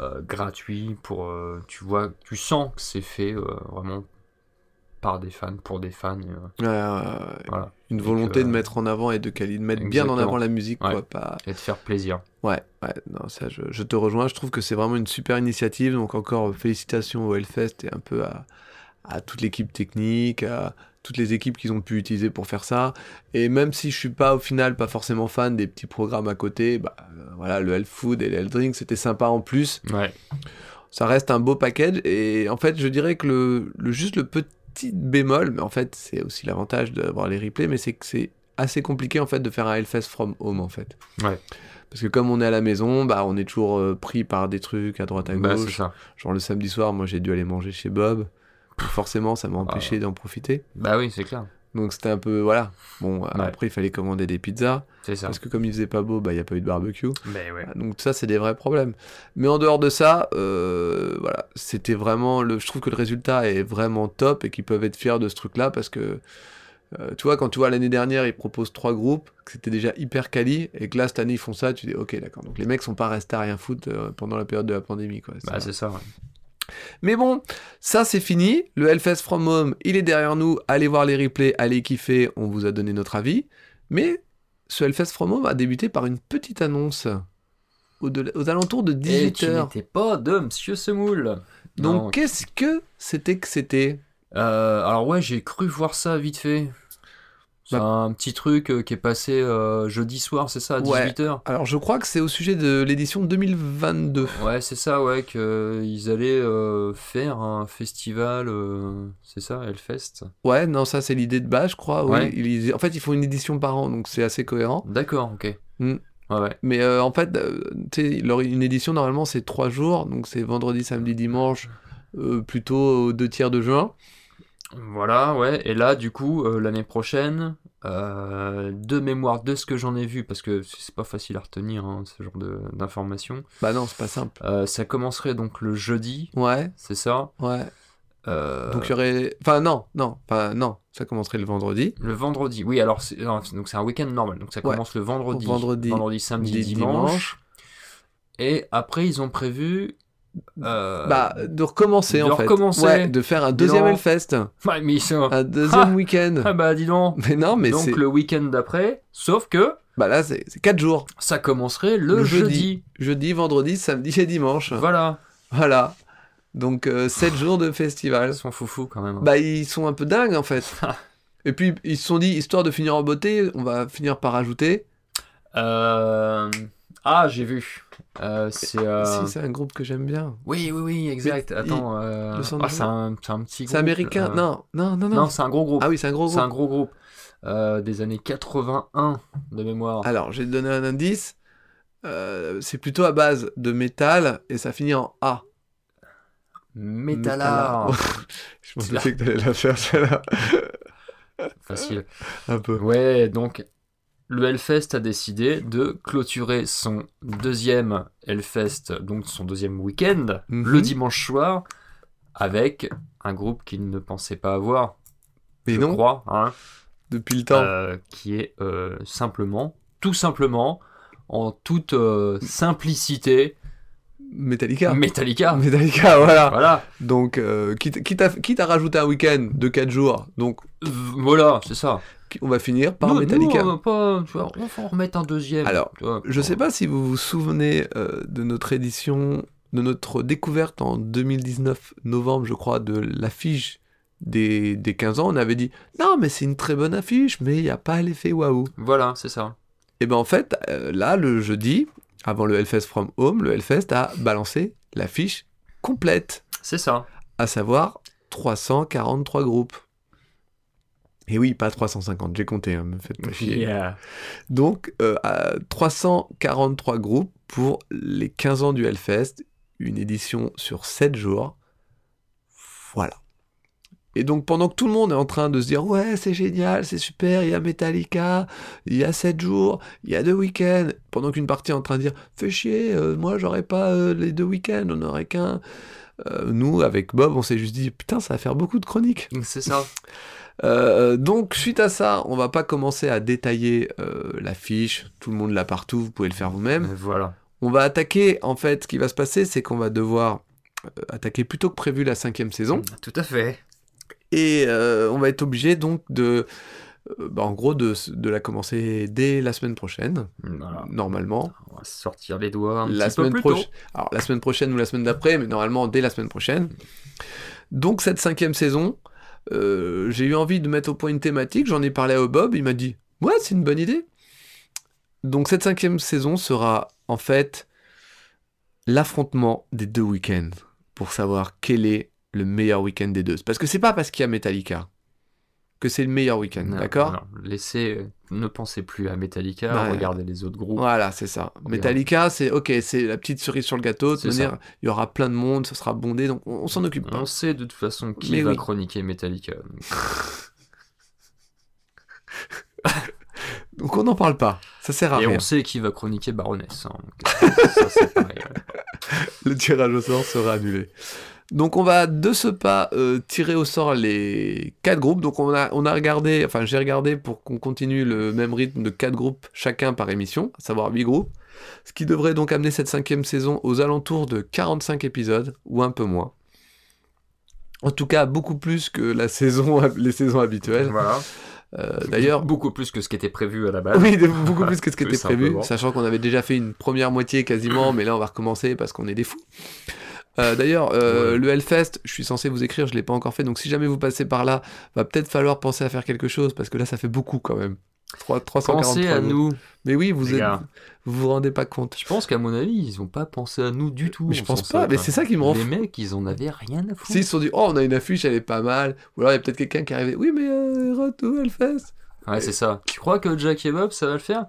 euh, gratuit, pour euh, tu vois, tu sens que c'est fait euh, vraiment par des fans, pour des fans. et, euh,
Euh,
Voilà.
Une
Donc,
volonté
euh,
de mettre en avant et de, quali- de mettre bien en
Exactement.
avant la musique,
Ouais.
quoi, pas...
et de faire plaisir.
Ouais, ouais, non, ça, je, je te rejoins. Je trouve que c'est vraiment une super initiative. Donc, encore euh, félicitations au Hellfest et un peu à, à toute l'équipe technique, à toutes les équipes qu'ils ont pu utiliser pour faire ça. Et même si je suis pas, au final, pas forcément fan des petits programmes à côté, bah, euh, voilà, le Hellfood et le Helldrink, c'était sympa en plus.
Ouais,
Ça reste un beau package. Et en fait, je dirais que le, le- juste le petit bémol, mais en fait, c'est aussi l'avantage d'avoir les replays, mais c'est que c'est assez compliqué en fait de faire un Hellfest from home en fait.
Ouais.
Parce que comme on est à la maison, bah on est toujours euh, pris par des trucs à droite à
bah, c'est
gauche.
ça.
Genre le samedi soir, moi j'ai dû aller manger chez Bob. Donc, Forcément, ça m'a empêché d'en profiter.
Bah oui, c'est clair,
Donc c'était un peu voilà. Bon, après il fallait commander des pizzas
c'est ça.
parce que comme il faisait pas beau, bah il y a pas eu de barbecue.
Mais Ben ouais.
Ah, Donc ça, c'est des vrais problèmes. Mais en dehors de ça, euh, voilà, c'était vraiment le. Je trouve que le résultat est vraiment top et qu'ils peuvent être fiers de ce truc-là parce que. euh, tu vois, quand tu vois l'année dernière, ils proposent trois groupes, que c'était déjà hyper quali, et que là, cette année, ils font ça, tu dis, ok, d'accord. Donc les mecs sont pas restés à rien foutre euh, pendant la période de la pandémie, quoi.
Bah c'est ça. ouais.
Mais bon, ça c'est fini. Le Hellfest From Home, il est derrière nous. Allez voir les replays, allez kiffer. On vous a donné notre avis. Mais ce Hellfest From Home a débuté par une petite annonce aux, de- aux alentours de
Et Eh, tu
18h.
n'étais pas de Monsieur Semoule.
Donc qu'est-ce que c'était que c'était
Euh, alors ouais, j'ai cru voir ça vite fait. C'est
Bah-
un petit truc euh, qui est passé euh, jeudi soir, c'est ça, à
Ouais.
18h
Alors je crois que c'est au sujet de l'édition 2022.
Ouais, c'est ça, ouais, qu'ils allaient euh, faire un festival, euh, c'est ça, Hellfest
Ouais, non, ça c'est l'idée de base, je crois. oui.
Ouais.
Ils- en fait, ils font une édition par an, donc c'est assez cohérent.
D'accord, ok.
Mm.
Ouais, ouais.
Mais euh, en fait, euh, tu sais, leur- une édition, normalement, c'est trois jours. Donc, c'est vendredi, samedi, dimanche, euh, plutôt aux deux tiers de juin.
Voilà, ouais. Et là, du coup, euh, l'année prochaine, Euh, de mémoire de ce que j'en ai vu, parce que c'est pas facile à retenir hein, ce genre de- d'informations.
Bah non, c'est pas simple.
Euh, ça commencerait donc le jeudi,
Ouais,
c'est ça
ouais.
Euh,
Donc il y aurait. Enfin, non, non, pas, non. Ça commencerait le vendredi.
Le vendredi, oui, alors c'est non, c'est- donc c'est un week-end normal, donc ça
Ouais.
commence le vendredi,
Vendredi,
samedi,
di-
dimanche. Et après, ils ont prévu. euh,
Bah, de recommencer
de
en fait.
recommencer.
Ouais, de faire un deuxième
non.
Hellfest.
ouais, mais ils sont-
Un deuxième week-end.
[LAUGHS] Ah bah dis donc
Mais euh, [LAUGHS] non, mais c'est.
Donc le week-end d'après, sauf que
Bah là, c'est c'est quatre jours.
ça commencerait le,
Le jeudi.
jeudi.
Jeudi, vendredi, samedi et dimanche.
Voilà,
Voilà. Donc 7 jours de festival.
ils sont foufous quand même. hein.
Bah ils sont un peu dingues en
[LAUGHS]
fait. Et puis ils se sont dit, histoire de finir en beauté, on va finir par ajouter.
Euh, Ah, j'ai vu. Euh, c'est. euh,
Si c'est un groupe que j'aime bien.
Oui, oui, oui, exact. Attends. euh,
le son de
ah, c'est un, c'est un petit groupe.
C'est américain.
euh,
Non, non, non, non.
Non, c'est un gros groupe.
ah oui, c'est un gros
c'est
groupe.
un gros groupe. Euh, des années 81 de mémoire.
Alors j'ai donné un indice. Euh, c'est plutôt à base de métal et ça finit en A.
Métallard.
[LAUGHS] Je pensais que t'allais la faire celle-là.
Facile.
Un peu.
Ouais, donc. Le Hellfest a décidé de clôturer son deuxième Hellfest, donc son deuxième week-end,
Mhm.
le dimanche soir, avec un groupe qu'il ne pensait pas avoir,
Mais
je
non,
crois, hein,
depuis le temps.
euh, qui est euh, simplement, tout simplement, en toute euh, simplicité,
Metallica. Ah,
Metallica.
Metallica, voilà.
Voilà,
Donc, euh, quitte, quitte, à, quitte à rajouter un week-end de 4 jours, donc
Euh, voilà, c'est ça.
qui- on va finir par
Nous-
Metallica.
nous, on va pas, tu vois, on va en remettre un deuxième.
Alors,
tu vois.
Je sais pas si vous vous souvenez euh, de notre édition, de notre découverte en 2019, novembre, je crois, de l'affiche des, des 15 ans. On avait dit Non, mais c'est une très bonne affiche, mais il n'y a pas l'effet waouh.
Voilà, c'est ça.
Et bien en fait, euh, là, le jeudi, avant le Hellfest From Home, le Hellfest a balancé l'affiche complète,
C'est ça.
à savoir 343 groupes. Et oui, pas 350, j'ai compté, hein, me faites pas chier. Donc, euh, à 343 groupes pour les 15 ans du Hellfest, une édition sur 7 jours. Voilà. Et donc, pendant que tout le monde est en train de se dire Ouais, c'est génial, c'est super, il y a Metallica, il y a 7 jours, il y a 2 week-ends, pendant qu'une partie est en train de dire Fais chier, euh, moi j'aurais pas euh, les deux week-ends, on n'aurait qu'un. Euh, nous, avec Bob, on s'est juste dit Putain, ça va faire beaucoup de chroniques.
C'est
[LAUGHS]
ça.
Euh, donc, suite à ça, on va pas commencer à détailler euh, l'affiche. Tout le monde l'a partout, vous pouvez le faire vous-même.
Mais Euh, voilà.
On va attaquer, en fait, ce qui va se passer, c'est qu'on va devoir euh, attaquer plus tôt que prévu la cinquième saison.
Tout à fait.
Et euh, on va être obligé, donc, de. euh, bah, en gros, de, de la commencer dès la semaine prochaine,
Voilà.
normalement.
On va sortir les doigts un
la
petit
semaine
peu plus
proche-
tôt.
Alors la semaine prochaine ou la semaine d'après, mais normalement dès la semaine prochaine. Donc cette cinquième saison, euh, j'ai eu envie de mettre au point une thématique. J'en ai parlé à Bob, il m'a dit ouais c'est une bonne idée. Donc cette cinquième saison sera en fait l'affrontement des deux week-ends pour savoir quel est le meilleur week-end des deux. Parce que c'est pas parce qu'il y a Metallica que c'est le meilleur week-end,
Non,
d'accord
non, Euh, Laissez, euh, ne pensez plus à Metallica,
Ouais.
regardez les autres groupes.
Voilà, c'est ça.
On
Metallica, c'est ok, c'est la petite cerise sur le gâteau. De toute
C'est ça.
manière, il y aura plein de monde, ce sera bondé, donc on, on s'en occupe pas.
On sait de toute façon qui
Mais
va
oui.
chroniquer Metallica. donc,
Donc on n'en parle pas. Ça sert à
et
Ah, rien.
on sait qui va chroniquer Baroness. hein, donc, [LAUGHS] ça, c'est
[LAUGHS]
pareil, ouais.
Le tirage au sort sera annulé. Donc on va de ce pas euh, tirer au sort les quatre groupes. Donc on a, on a regardé, enfin j'ai regardé pour qu'on continue le même rythme de quatre groupes chacun par émission, à savoir huit groupes. Ce qui devrait donc amener cette cinquième saison aux alentours de 45 épisodes ou un peu moins. En tout cas, beaucoup plus que la saison, [LAUGHS] les saisons habituelles.
Voilà.
Euh, D'ailleurs,
beaucoup plus que ce qui était prévu à la base.
Ah Oui, de- [LAUGHS] beaucoup plus que ce qui
Tout
était prévu,
simplement.
sachant qu'on avait déjà fait une première moitié quasiment, mais là on va recommencer parce qu'on est des fous. Euh, D'ailleurs, euh,
Ouais.
le Hellfest, je suis censé vous écrire, je l'ai pas encore fait, donc si jamais vous passez par là, va peut-être falloir penser à faire quelque chose parce que là ça fait beaucoup quand même. 3, 343
Pensez à
euros.
nous.
Mais oui, vous
les
êtes,
gars.
vous, vous rendez pas compte.
Je pense qu'à mon avis, ils ont pas pensé à nous du tout.
Mais je
en
pense
sens
pas,
simple.
mais c'est ça qui me rend
Les
fou.
mecs, ils en avaient rien à foutre.
S'ils se sont dit, oh on a une affiche, elle est pas mal, ou alors il y a peut-être quelqu'un qui est arrivé, oui mais euh, Roth au Hellfest.
Ouais, c'est ça. Tu crois que Jack et Bob, ça va le faire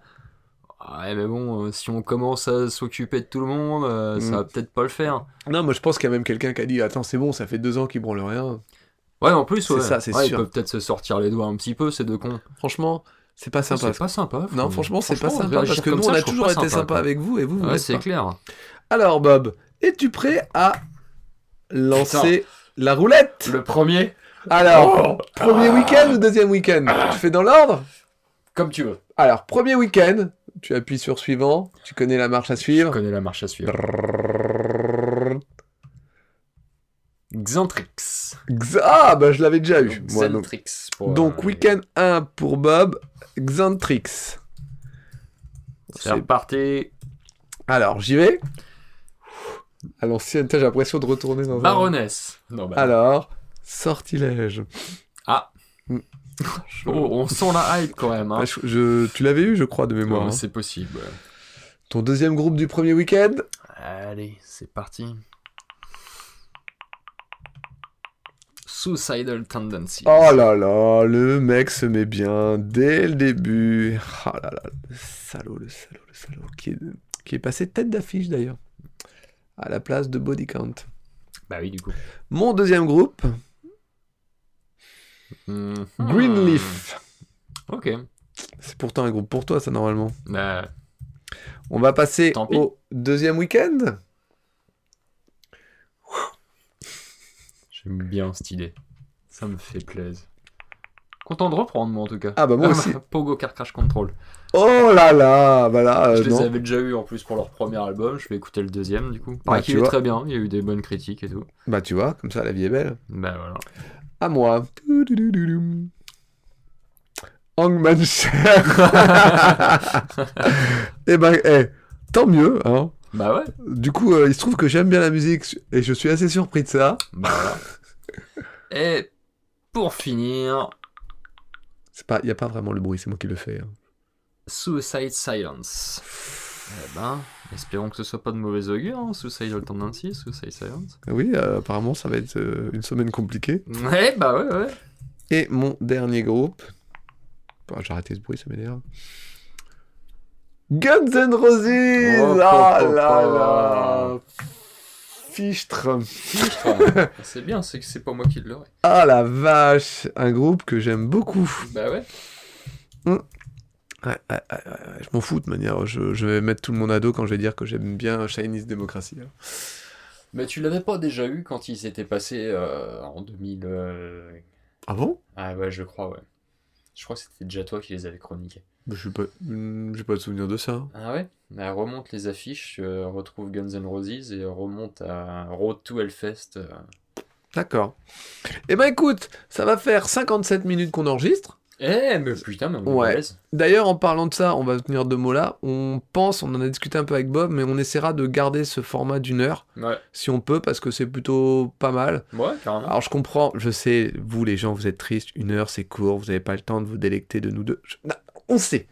Ouais, mais bon, euh, si on commence à s'occuper de tout le monde, euh,
Mm.
ça va peut-être pas le faire.
Non, moi je pense qu'il y a même quelqu'un qui a dit, attends c'est bon, ça fait deux ans qu'ils branlent rien.
Ouais, en plus,
C'est
ouais.
ça, c'est
Ouais,
sûr.
Ils peuvent peut-être se sortir les doigts un petit peu, ces deux cons.
Franchement, C'est pas sympa.
C'est pas sympa.
Non,
faut-
franchement, c'est pas sympa
réagir
parce que
comme
nous,
ça,
on
je
a
trouve
toujours
pas
été
sympa,
sympa
quoi.
avec vous et vous, vous
Ouais,
l'êtes
c'est
pas.
clair.
Alors, Bob, es-tu prêt à lancer la roulette
Le premier,
Alors, premier week-end ou deuxième week-end Tu fais dans l'ordre
comme tu veux.
Alors, premier week-end, tu appuies sur suivant, tu connais la marche à
Je
suivre.
connais la marche à suivre. Xantrix.
Xa- Ah, bah je l'avais déjà eu. moi, donc,
Xantrix. pour,
donc
euh,
week-end 1 pour Bob, Xantrix.
C'est
C'est-
reparti.
Alors, j'y vais. À l'ancienne, putain, j'ai l'impression de retourner dans un-
Baroness. Non,
Ah,
bah.
Alors, sortilège.
Ah.
Mm.
Oh, on sent la hype quand même. Hein.
Ah, je- je- tu l'avais eu, je crois, de mémoire.
Ouais,
hein.
C'est possible. ouais.
Ton deuxième groupe du premier week-end
Allez, c'est parti. Suicidal Tendency.
Oh là là, le mec se met bien dès le début. Oh là là, le salaud, le salaud, le salaud, qui est, qui est passé tête d'affiche d'ailleurs, à la place de Body Count.
Bah oui, du coup.
Mon deuxième groupe,
Hmm.
Greenleaf.
Mm-hmm. Ok.
C'est pourtant un groupe pour toi, ça, normalement.
Bah,
On va passer
Tant pis.
au deuxième week-end.
j'aime bien cette idée. Ça me fait plaisir. Content de reprendre, moi en tout cas.
Ah bah moi aussi.
[LAUGHS] Pogo Car Crash Control.
Oh là là, euh, voilà.
je les avais déjà eu en plus pour leur premier album. Je vais écouter le deuxième du coup. Pareil
Ah, tu
qu'il est
vois.
très bien. Il y a eu des bonnes critiques et tout.
Bah tu vois, comme ça, la vie est belle.
Bah voilà.
À moi. Toudoudoudoum. Hangman Cher. eh ben, eh, tant mieux. Hein.
Bah ouais.
Du coup, euh, il se trouve que j'aime bien la musique et je suis assez surpris de ça.
Bah voilà. [LAUGHS] et pour finir,
C'est pas, y a pas vraiment le bruit, c'est moi qui le fais. hein.
Suicide Silence. Eh ben, espérons que ce soit pas de mauvais augure, hein, Suicidal Tendency, Suicide Silence.
Ah Oui, euh, apparemment, ça va être euh, une semaine compliquée.
Ouais, bah ouais, ouais.
Et mon dernier groupe. Bon, J'ai arrêté ce bruit, ça m'énerve. Guns N' Roses.
Oh,
ah
oh, oh,
là
oh.
là. Fichtre.
[LAUGHS] c'est bien, c'est que c'est pas moi qui l'aurais.
Ah la vache, un groupe que j'aime beaucoup.
Bah ouais.
Ouais, ouais, ouais, ouais, je m'en fous de manière, je, je vais mettre tout le monde à dos quand je vais dire que j'aime bien Chinese Democracy. hein.
Mais tu l'avais pas déjà eu quand ils étaient passés euh, en 2000. euh,
Ah bon
Ah ouais, je crois, ouais. Je crois que c'était déjà toi qui les avais chroniqués.
Bah, Je suis pas, hmm, j'ai pas de souvenir de ça.
Ah ouais Bah, Remonte les affiches, euh, retrouve Guns N' Roses et remonte à Road to Hellfest. euh.
D'accord. Eh ben écoute, ça va faire 57 minutes qu'on enregistre.
Eh, mais putain, mais on est
Ouais.
balèze.
D'ailleurs, en parlant de ça, on va tenir deux mots là. On pense, on en a discuté un peu avec Bob, mais on essaiera de garder ce format d'une heure,
Ouais,
si on peut, parce que c'est plutôt pas mal.
ouais, carrément.
Alors je comprends, je sais, vous les gens, vous êtes tristes, une heure c'est court, vous n'avez pas le temps de vous délecter de nous deux. Je- Non, on sait.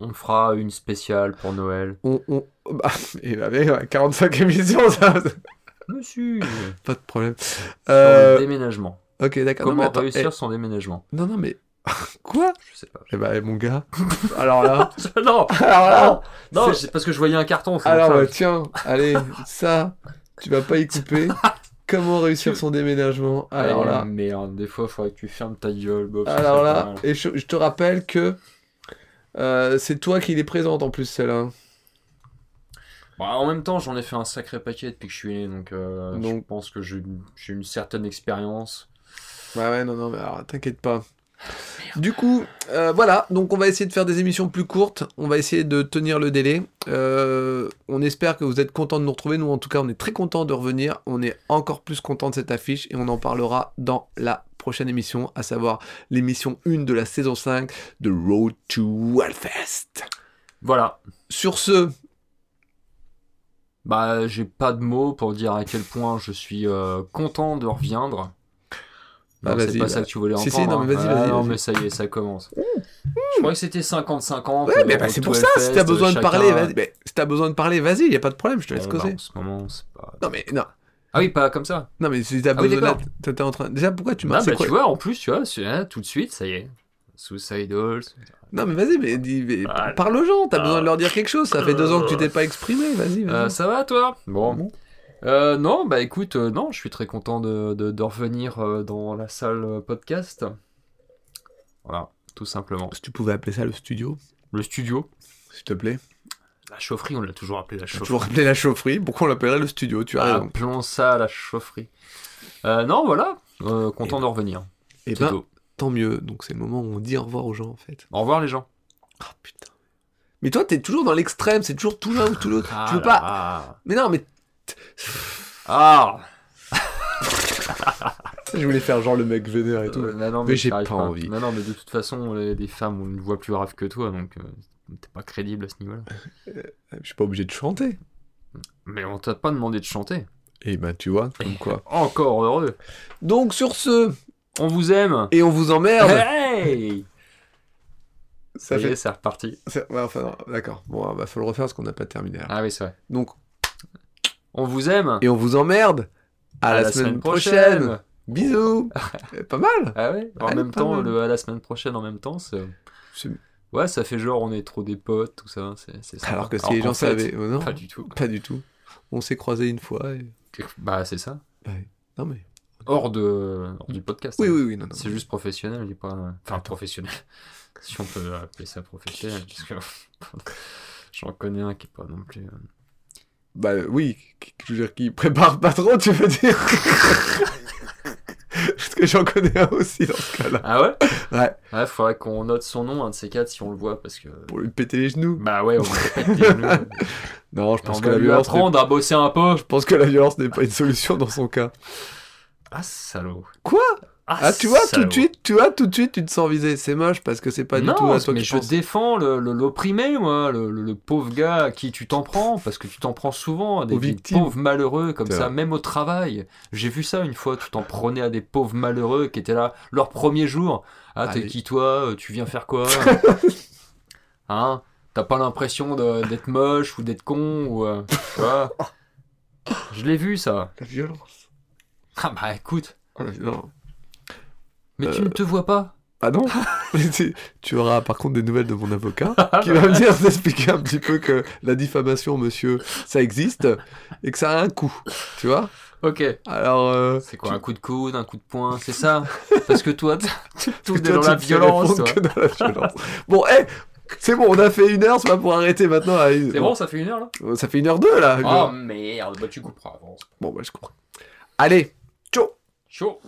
On fera une spéciale pour Noël.
On, on... Bah, [LAUGHS] et bah, mais, ouais, 45 émissions, ça,
Monsieur
pas de problème.
Sur
Euh,
le déménagement.
ok, d'accord. Non,
Comment
mais attends,
réussir son [LAUGHS] déménagement
eh, non, non, mais... [LAUGHS] Quoi
Je sais pas.
Eh bah, eh, mon
[LAUGHS]
gars. alors là,
non
[LAUGHS] alors là.
Non,
c'est-
c'est parce que je voyais un carton. c'est
alors
pour Ah, ça.
bah, tiens, allez, ça, tu
[LAUGHS]
vas pas y couper. Comment réussir son déménagement Alors
Eh,
là,
Merde, des fois, faudrait que tu fermes ta gueule, Bob. ça
alors
serait pas
là,
mal.
et je, je te rappelle que euh, c'est toi qui les présente en plus celle-là. hein.
Bah, en même temps, j'en ai fait un sacré paquet depuis que je suis né, donc, euh, je
Donc-
pense que j'ai une- j'ai une certaine expérience.
Ouais, Bah ouais, non, non, mais alors t'inquiète pas. Du coup, euh, voilà, donc on va essayer de faire des émissions plus courtes, on va essayer de tenir le délai. Euh, on espère que vous êtes contents de nous retrouver, nous en tout cas on est très contents de revenir, on est encore plus contents de cette affiche et on en parlera dans la prochaine émission, à savoir l'émission 1 de la saison 5 de Road to Hellfest.
Voilà.
Sur ce,
Bah, j'ai pas de mots pour dire à quel point je suis euh, content de reviendre.
Bah,
Non, c'est
vas-y,
pas
bah.
ça que tu voulais
Si,
entendre.
si, non, mais
hein.
vas-y,
Ah,
vas-y,
non,
vas-y.
mais ça y est, ça commence. Je croyais que c'était 50-50.
ouais, mais bah, c'est pour ça, si t'as besoin de parler, vas-y, mais si t'as besoin de parler, vas-y, y a pas de problème, je te laisse causer.
bah, en ce moment, c'est pas.
Non, mais non,
Ah oui, pas comme ça.
non mais si t'as
Ah oui,
besoin,
d'accord.
t'es t'es en train. Déjà, pourquoi tu
Bah,
m'as
bah, tu vois, en plus, tu vois, c'est- hein, tout de suite, ça y est. Suicide Halls.
Non, mais vas-y, mais, dis- mais
Voilà.
parle aux gens, t'as
Ah.
besoin de leur dire quelque chose. Ça fait deux ans que tu t'es pas exprimé, vas-y. vas-y.
Euh, ça va, toi Bon.
Bon.
Euh, non, bah écoute, euh, non, je suis très content de, de, de revenir euh, dans la salle euh, podcast. Voilà. tout simplement.
Si tu pouvais appeler ça le studio,
Le studio,
s'il te plaît.
la chaufferie, on l'a toujours appelé la
Tu
chaufferie.
toujours appelé la chaufferie. Pourquoi on l'appellerait le studio Tu as
Ah,
raison.
Appelons ça la chaufferie. Euh, non, voilà, Euh, content
Et-
de revenir.
Et
C'est
Eh ben,
tout.
tant mieux. Donc c'est le moment où on dit au revoir aux gens en fait.
Au revoir les gens.
Ah putain. Mais toi, t'es toujours dans l'extrême. C'est toujours tout l'un ou tout l'autre. tu
Ah là
veux pas.
là.
Mais non, mais
Ah
je voulais faire genre le mec vénère et tout.
Euh, non, non,
Mais j'ai
t'arrives
pas envie.
Non, non, mais de toute façon, les, les femmes ont une voix plus grave que toi, donc euh, t'es pas crédible à ce niveau-là.
Je suis pas obligé de chanter.
Mais on t'a pas demandé de chanter.
Et ben tu vois, comme quoi.
Encore heureux.
[LAUGHS] Donc sur ce,
On vous aime.
et on vous emmerde.
Hey Ça
Ça
y est,
fait.
c'est reparti.
ça- ouais, enfin, non, d'accord. Bon, va falloir le refaire parce qu'on n'a pas terminé. là.
Ah oui, c'est vrai.
Donc,
On vous aime.
et on vous emmerde. À, la, semaine, prochaine.
[LAUGHS]
Bisous. Euh, pas mal.
Ah ouais En
Ouais,
même
pas
temps,
mal.
le à la semaine prochaine, en même temps, c'est-
C'est-
ouais, ça fait genre on est trop des potes, tout ça. c'est- c'est sympa.
Alors que si les
qu'en
gens
fait,
savaient, oh, non,
Pas du tout. quoi.
pas du tout. On s'est croisés une fois. et-
Bah, c'est ça.
Non mais.
Hors, de... hors du podcast.
Oui,
hein.
oui, oui, non, non.
C'est juste professionnel, il est pas. Enfin, professionnel. [LAUGHS] si on peut appeler ça professionnel, parce que. [LAUGHS] J'en connais un qui est pas non plus. euh,
Bah euh, oui, qui- qui- je veux dire qui prépare pas trop, tu veux
[LAUGHS]
dire. Parce que j'en connais un aussi dans ce cas-là.
Ah ouais
Ouais.
Ouais, faudrait qu'on note son nom, un de ces quatre, si on le voit, parce que.
Pour lui péter les genoux.
Bah ouais, on va pas être des
[LAUGHS]
genoux.
Non, je
On
pense que
va
la
lui
violence. n'est-
apprendre à bosser un peu.
Je pense que la violence n'est pas une solution dans son cas.
Ah, salaud.
Quoi
ah,
Ah, tu vois, tout
salaud.
de suite, tu vois, tout de suite, tu te sens visé. C'est moche parce que c'est pas
non,
du tout à toi
mais
que
je défends le- le- l'opprimé, moi, le, le- le pauvre gars à qui tu t'en prends, parce que tu t'en prends souvent à des,
Aux
des
victimes.
pauvres malheureux comme
C'est
ça,
vrai.
même au travail. J'ai vu ça une fois, tu t'en prenais à des pauvres malheureux qui étaient là leur premier jour. Ah, t'es
Allez.
qui toi Euh, Tu viens faire quoi
[LAUGHS]
Hein T'as pas l'impression de- d'être moche ou d'être con ou euh, tu
[LAUGHS]
vois Je l'ai vu ça.
La violence.
Ah bah écoute,
non.
mais tu
Euh.
ne te vois pas.
Ah non [LAUGHS] Mais tu- Tu auras par contre des nouvelles de mon avocat
Ah
qui
bah.
va venir [LAUGHS] t'expliquer un petit peu que la diffamation, monsieur, ça existe et que ça a un coût. Tu vois
Ok.
Alors. euh,
C'est quoi
tu-
un coup de coude, un coup de poing, [LAUGHS] c'est ça Parce que toi, [LAUGHS] tu tout
Parce que
dans
toi,
la
tu te réponds
violence. toi.
que dans la violence. bon, hé C'est bon, on a fait une heure, c'est pas pour arrêter maintenant. allez. euh,
C'est bon, ça fait une heure là
Ça fait une heure deux là.
Oh merde, bah tu couperas avant.
Bon, bah je comprends. Allez, ciao
Chaud.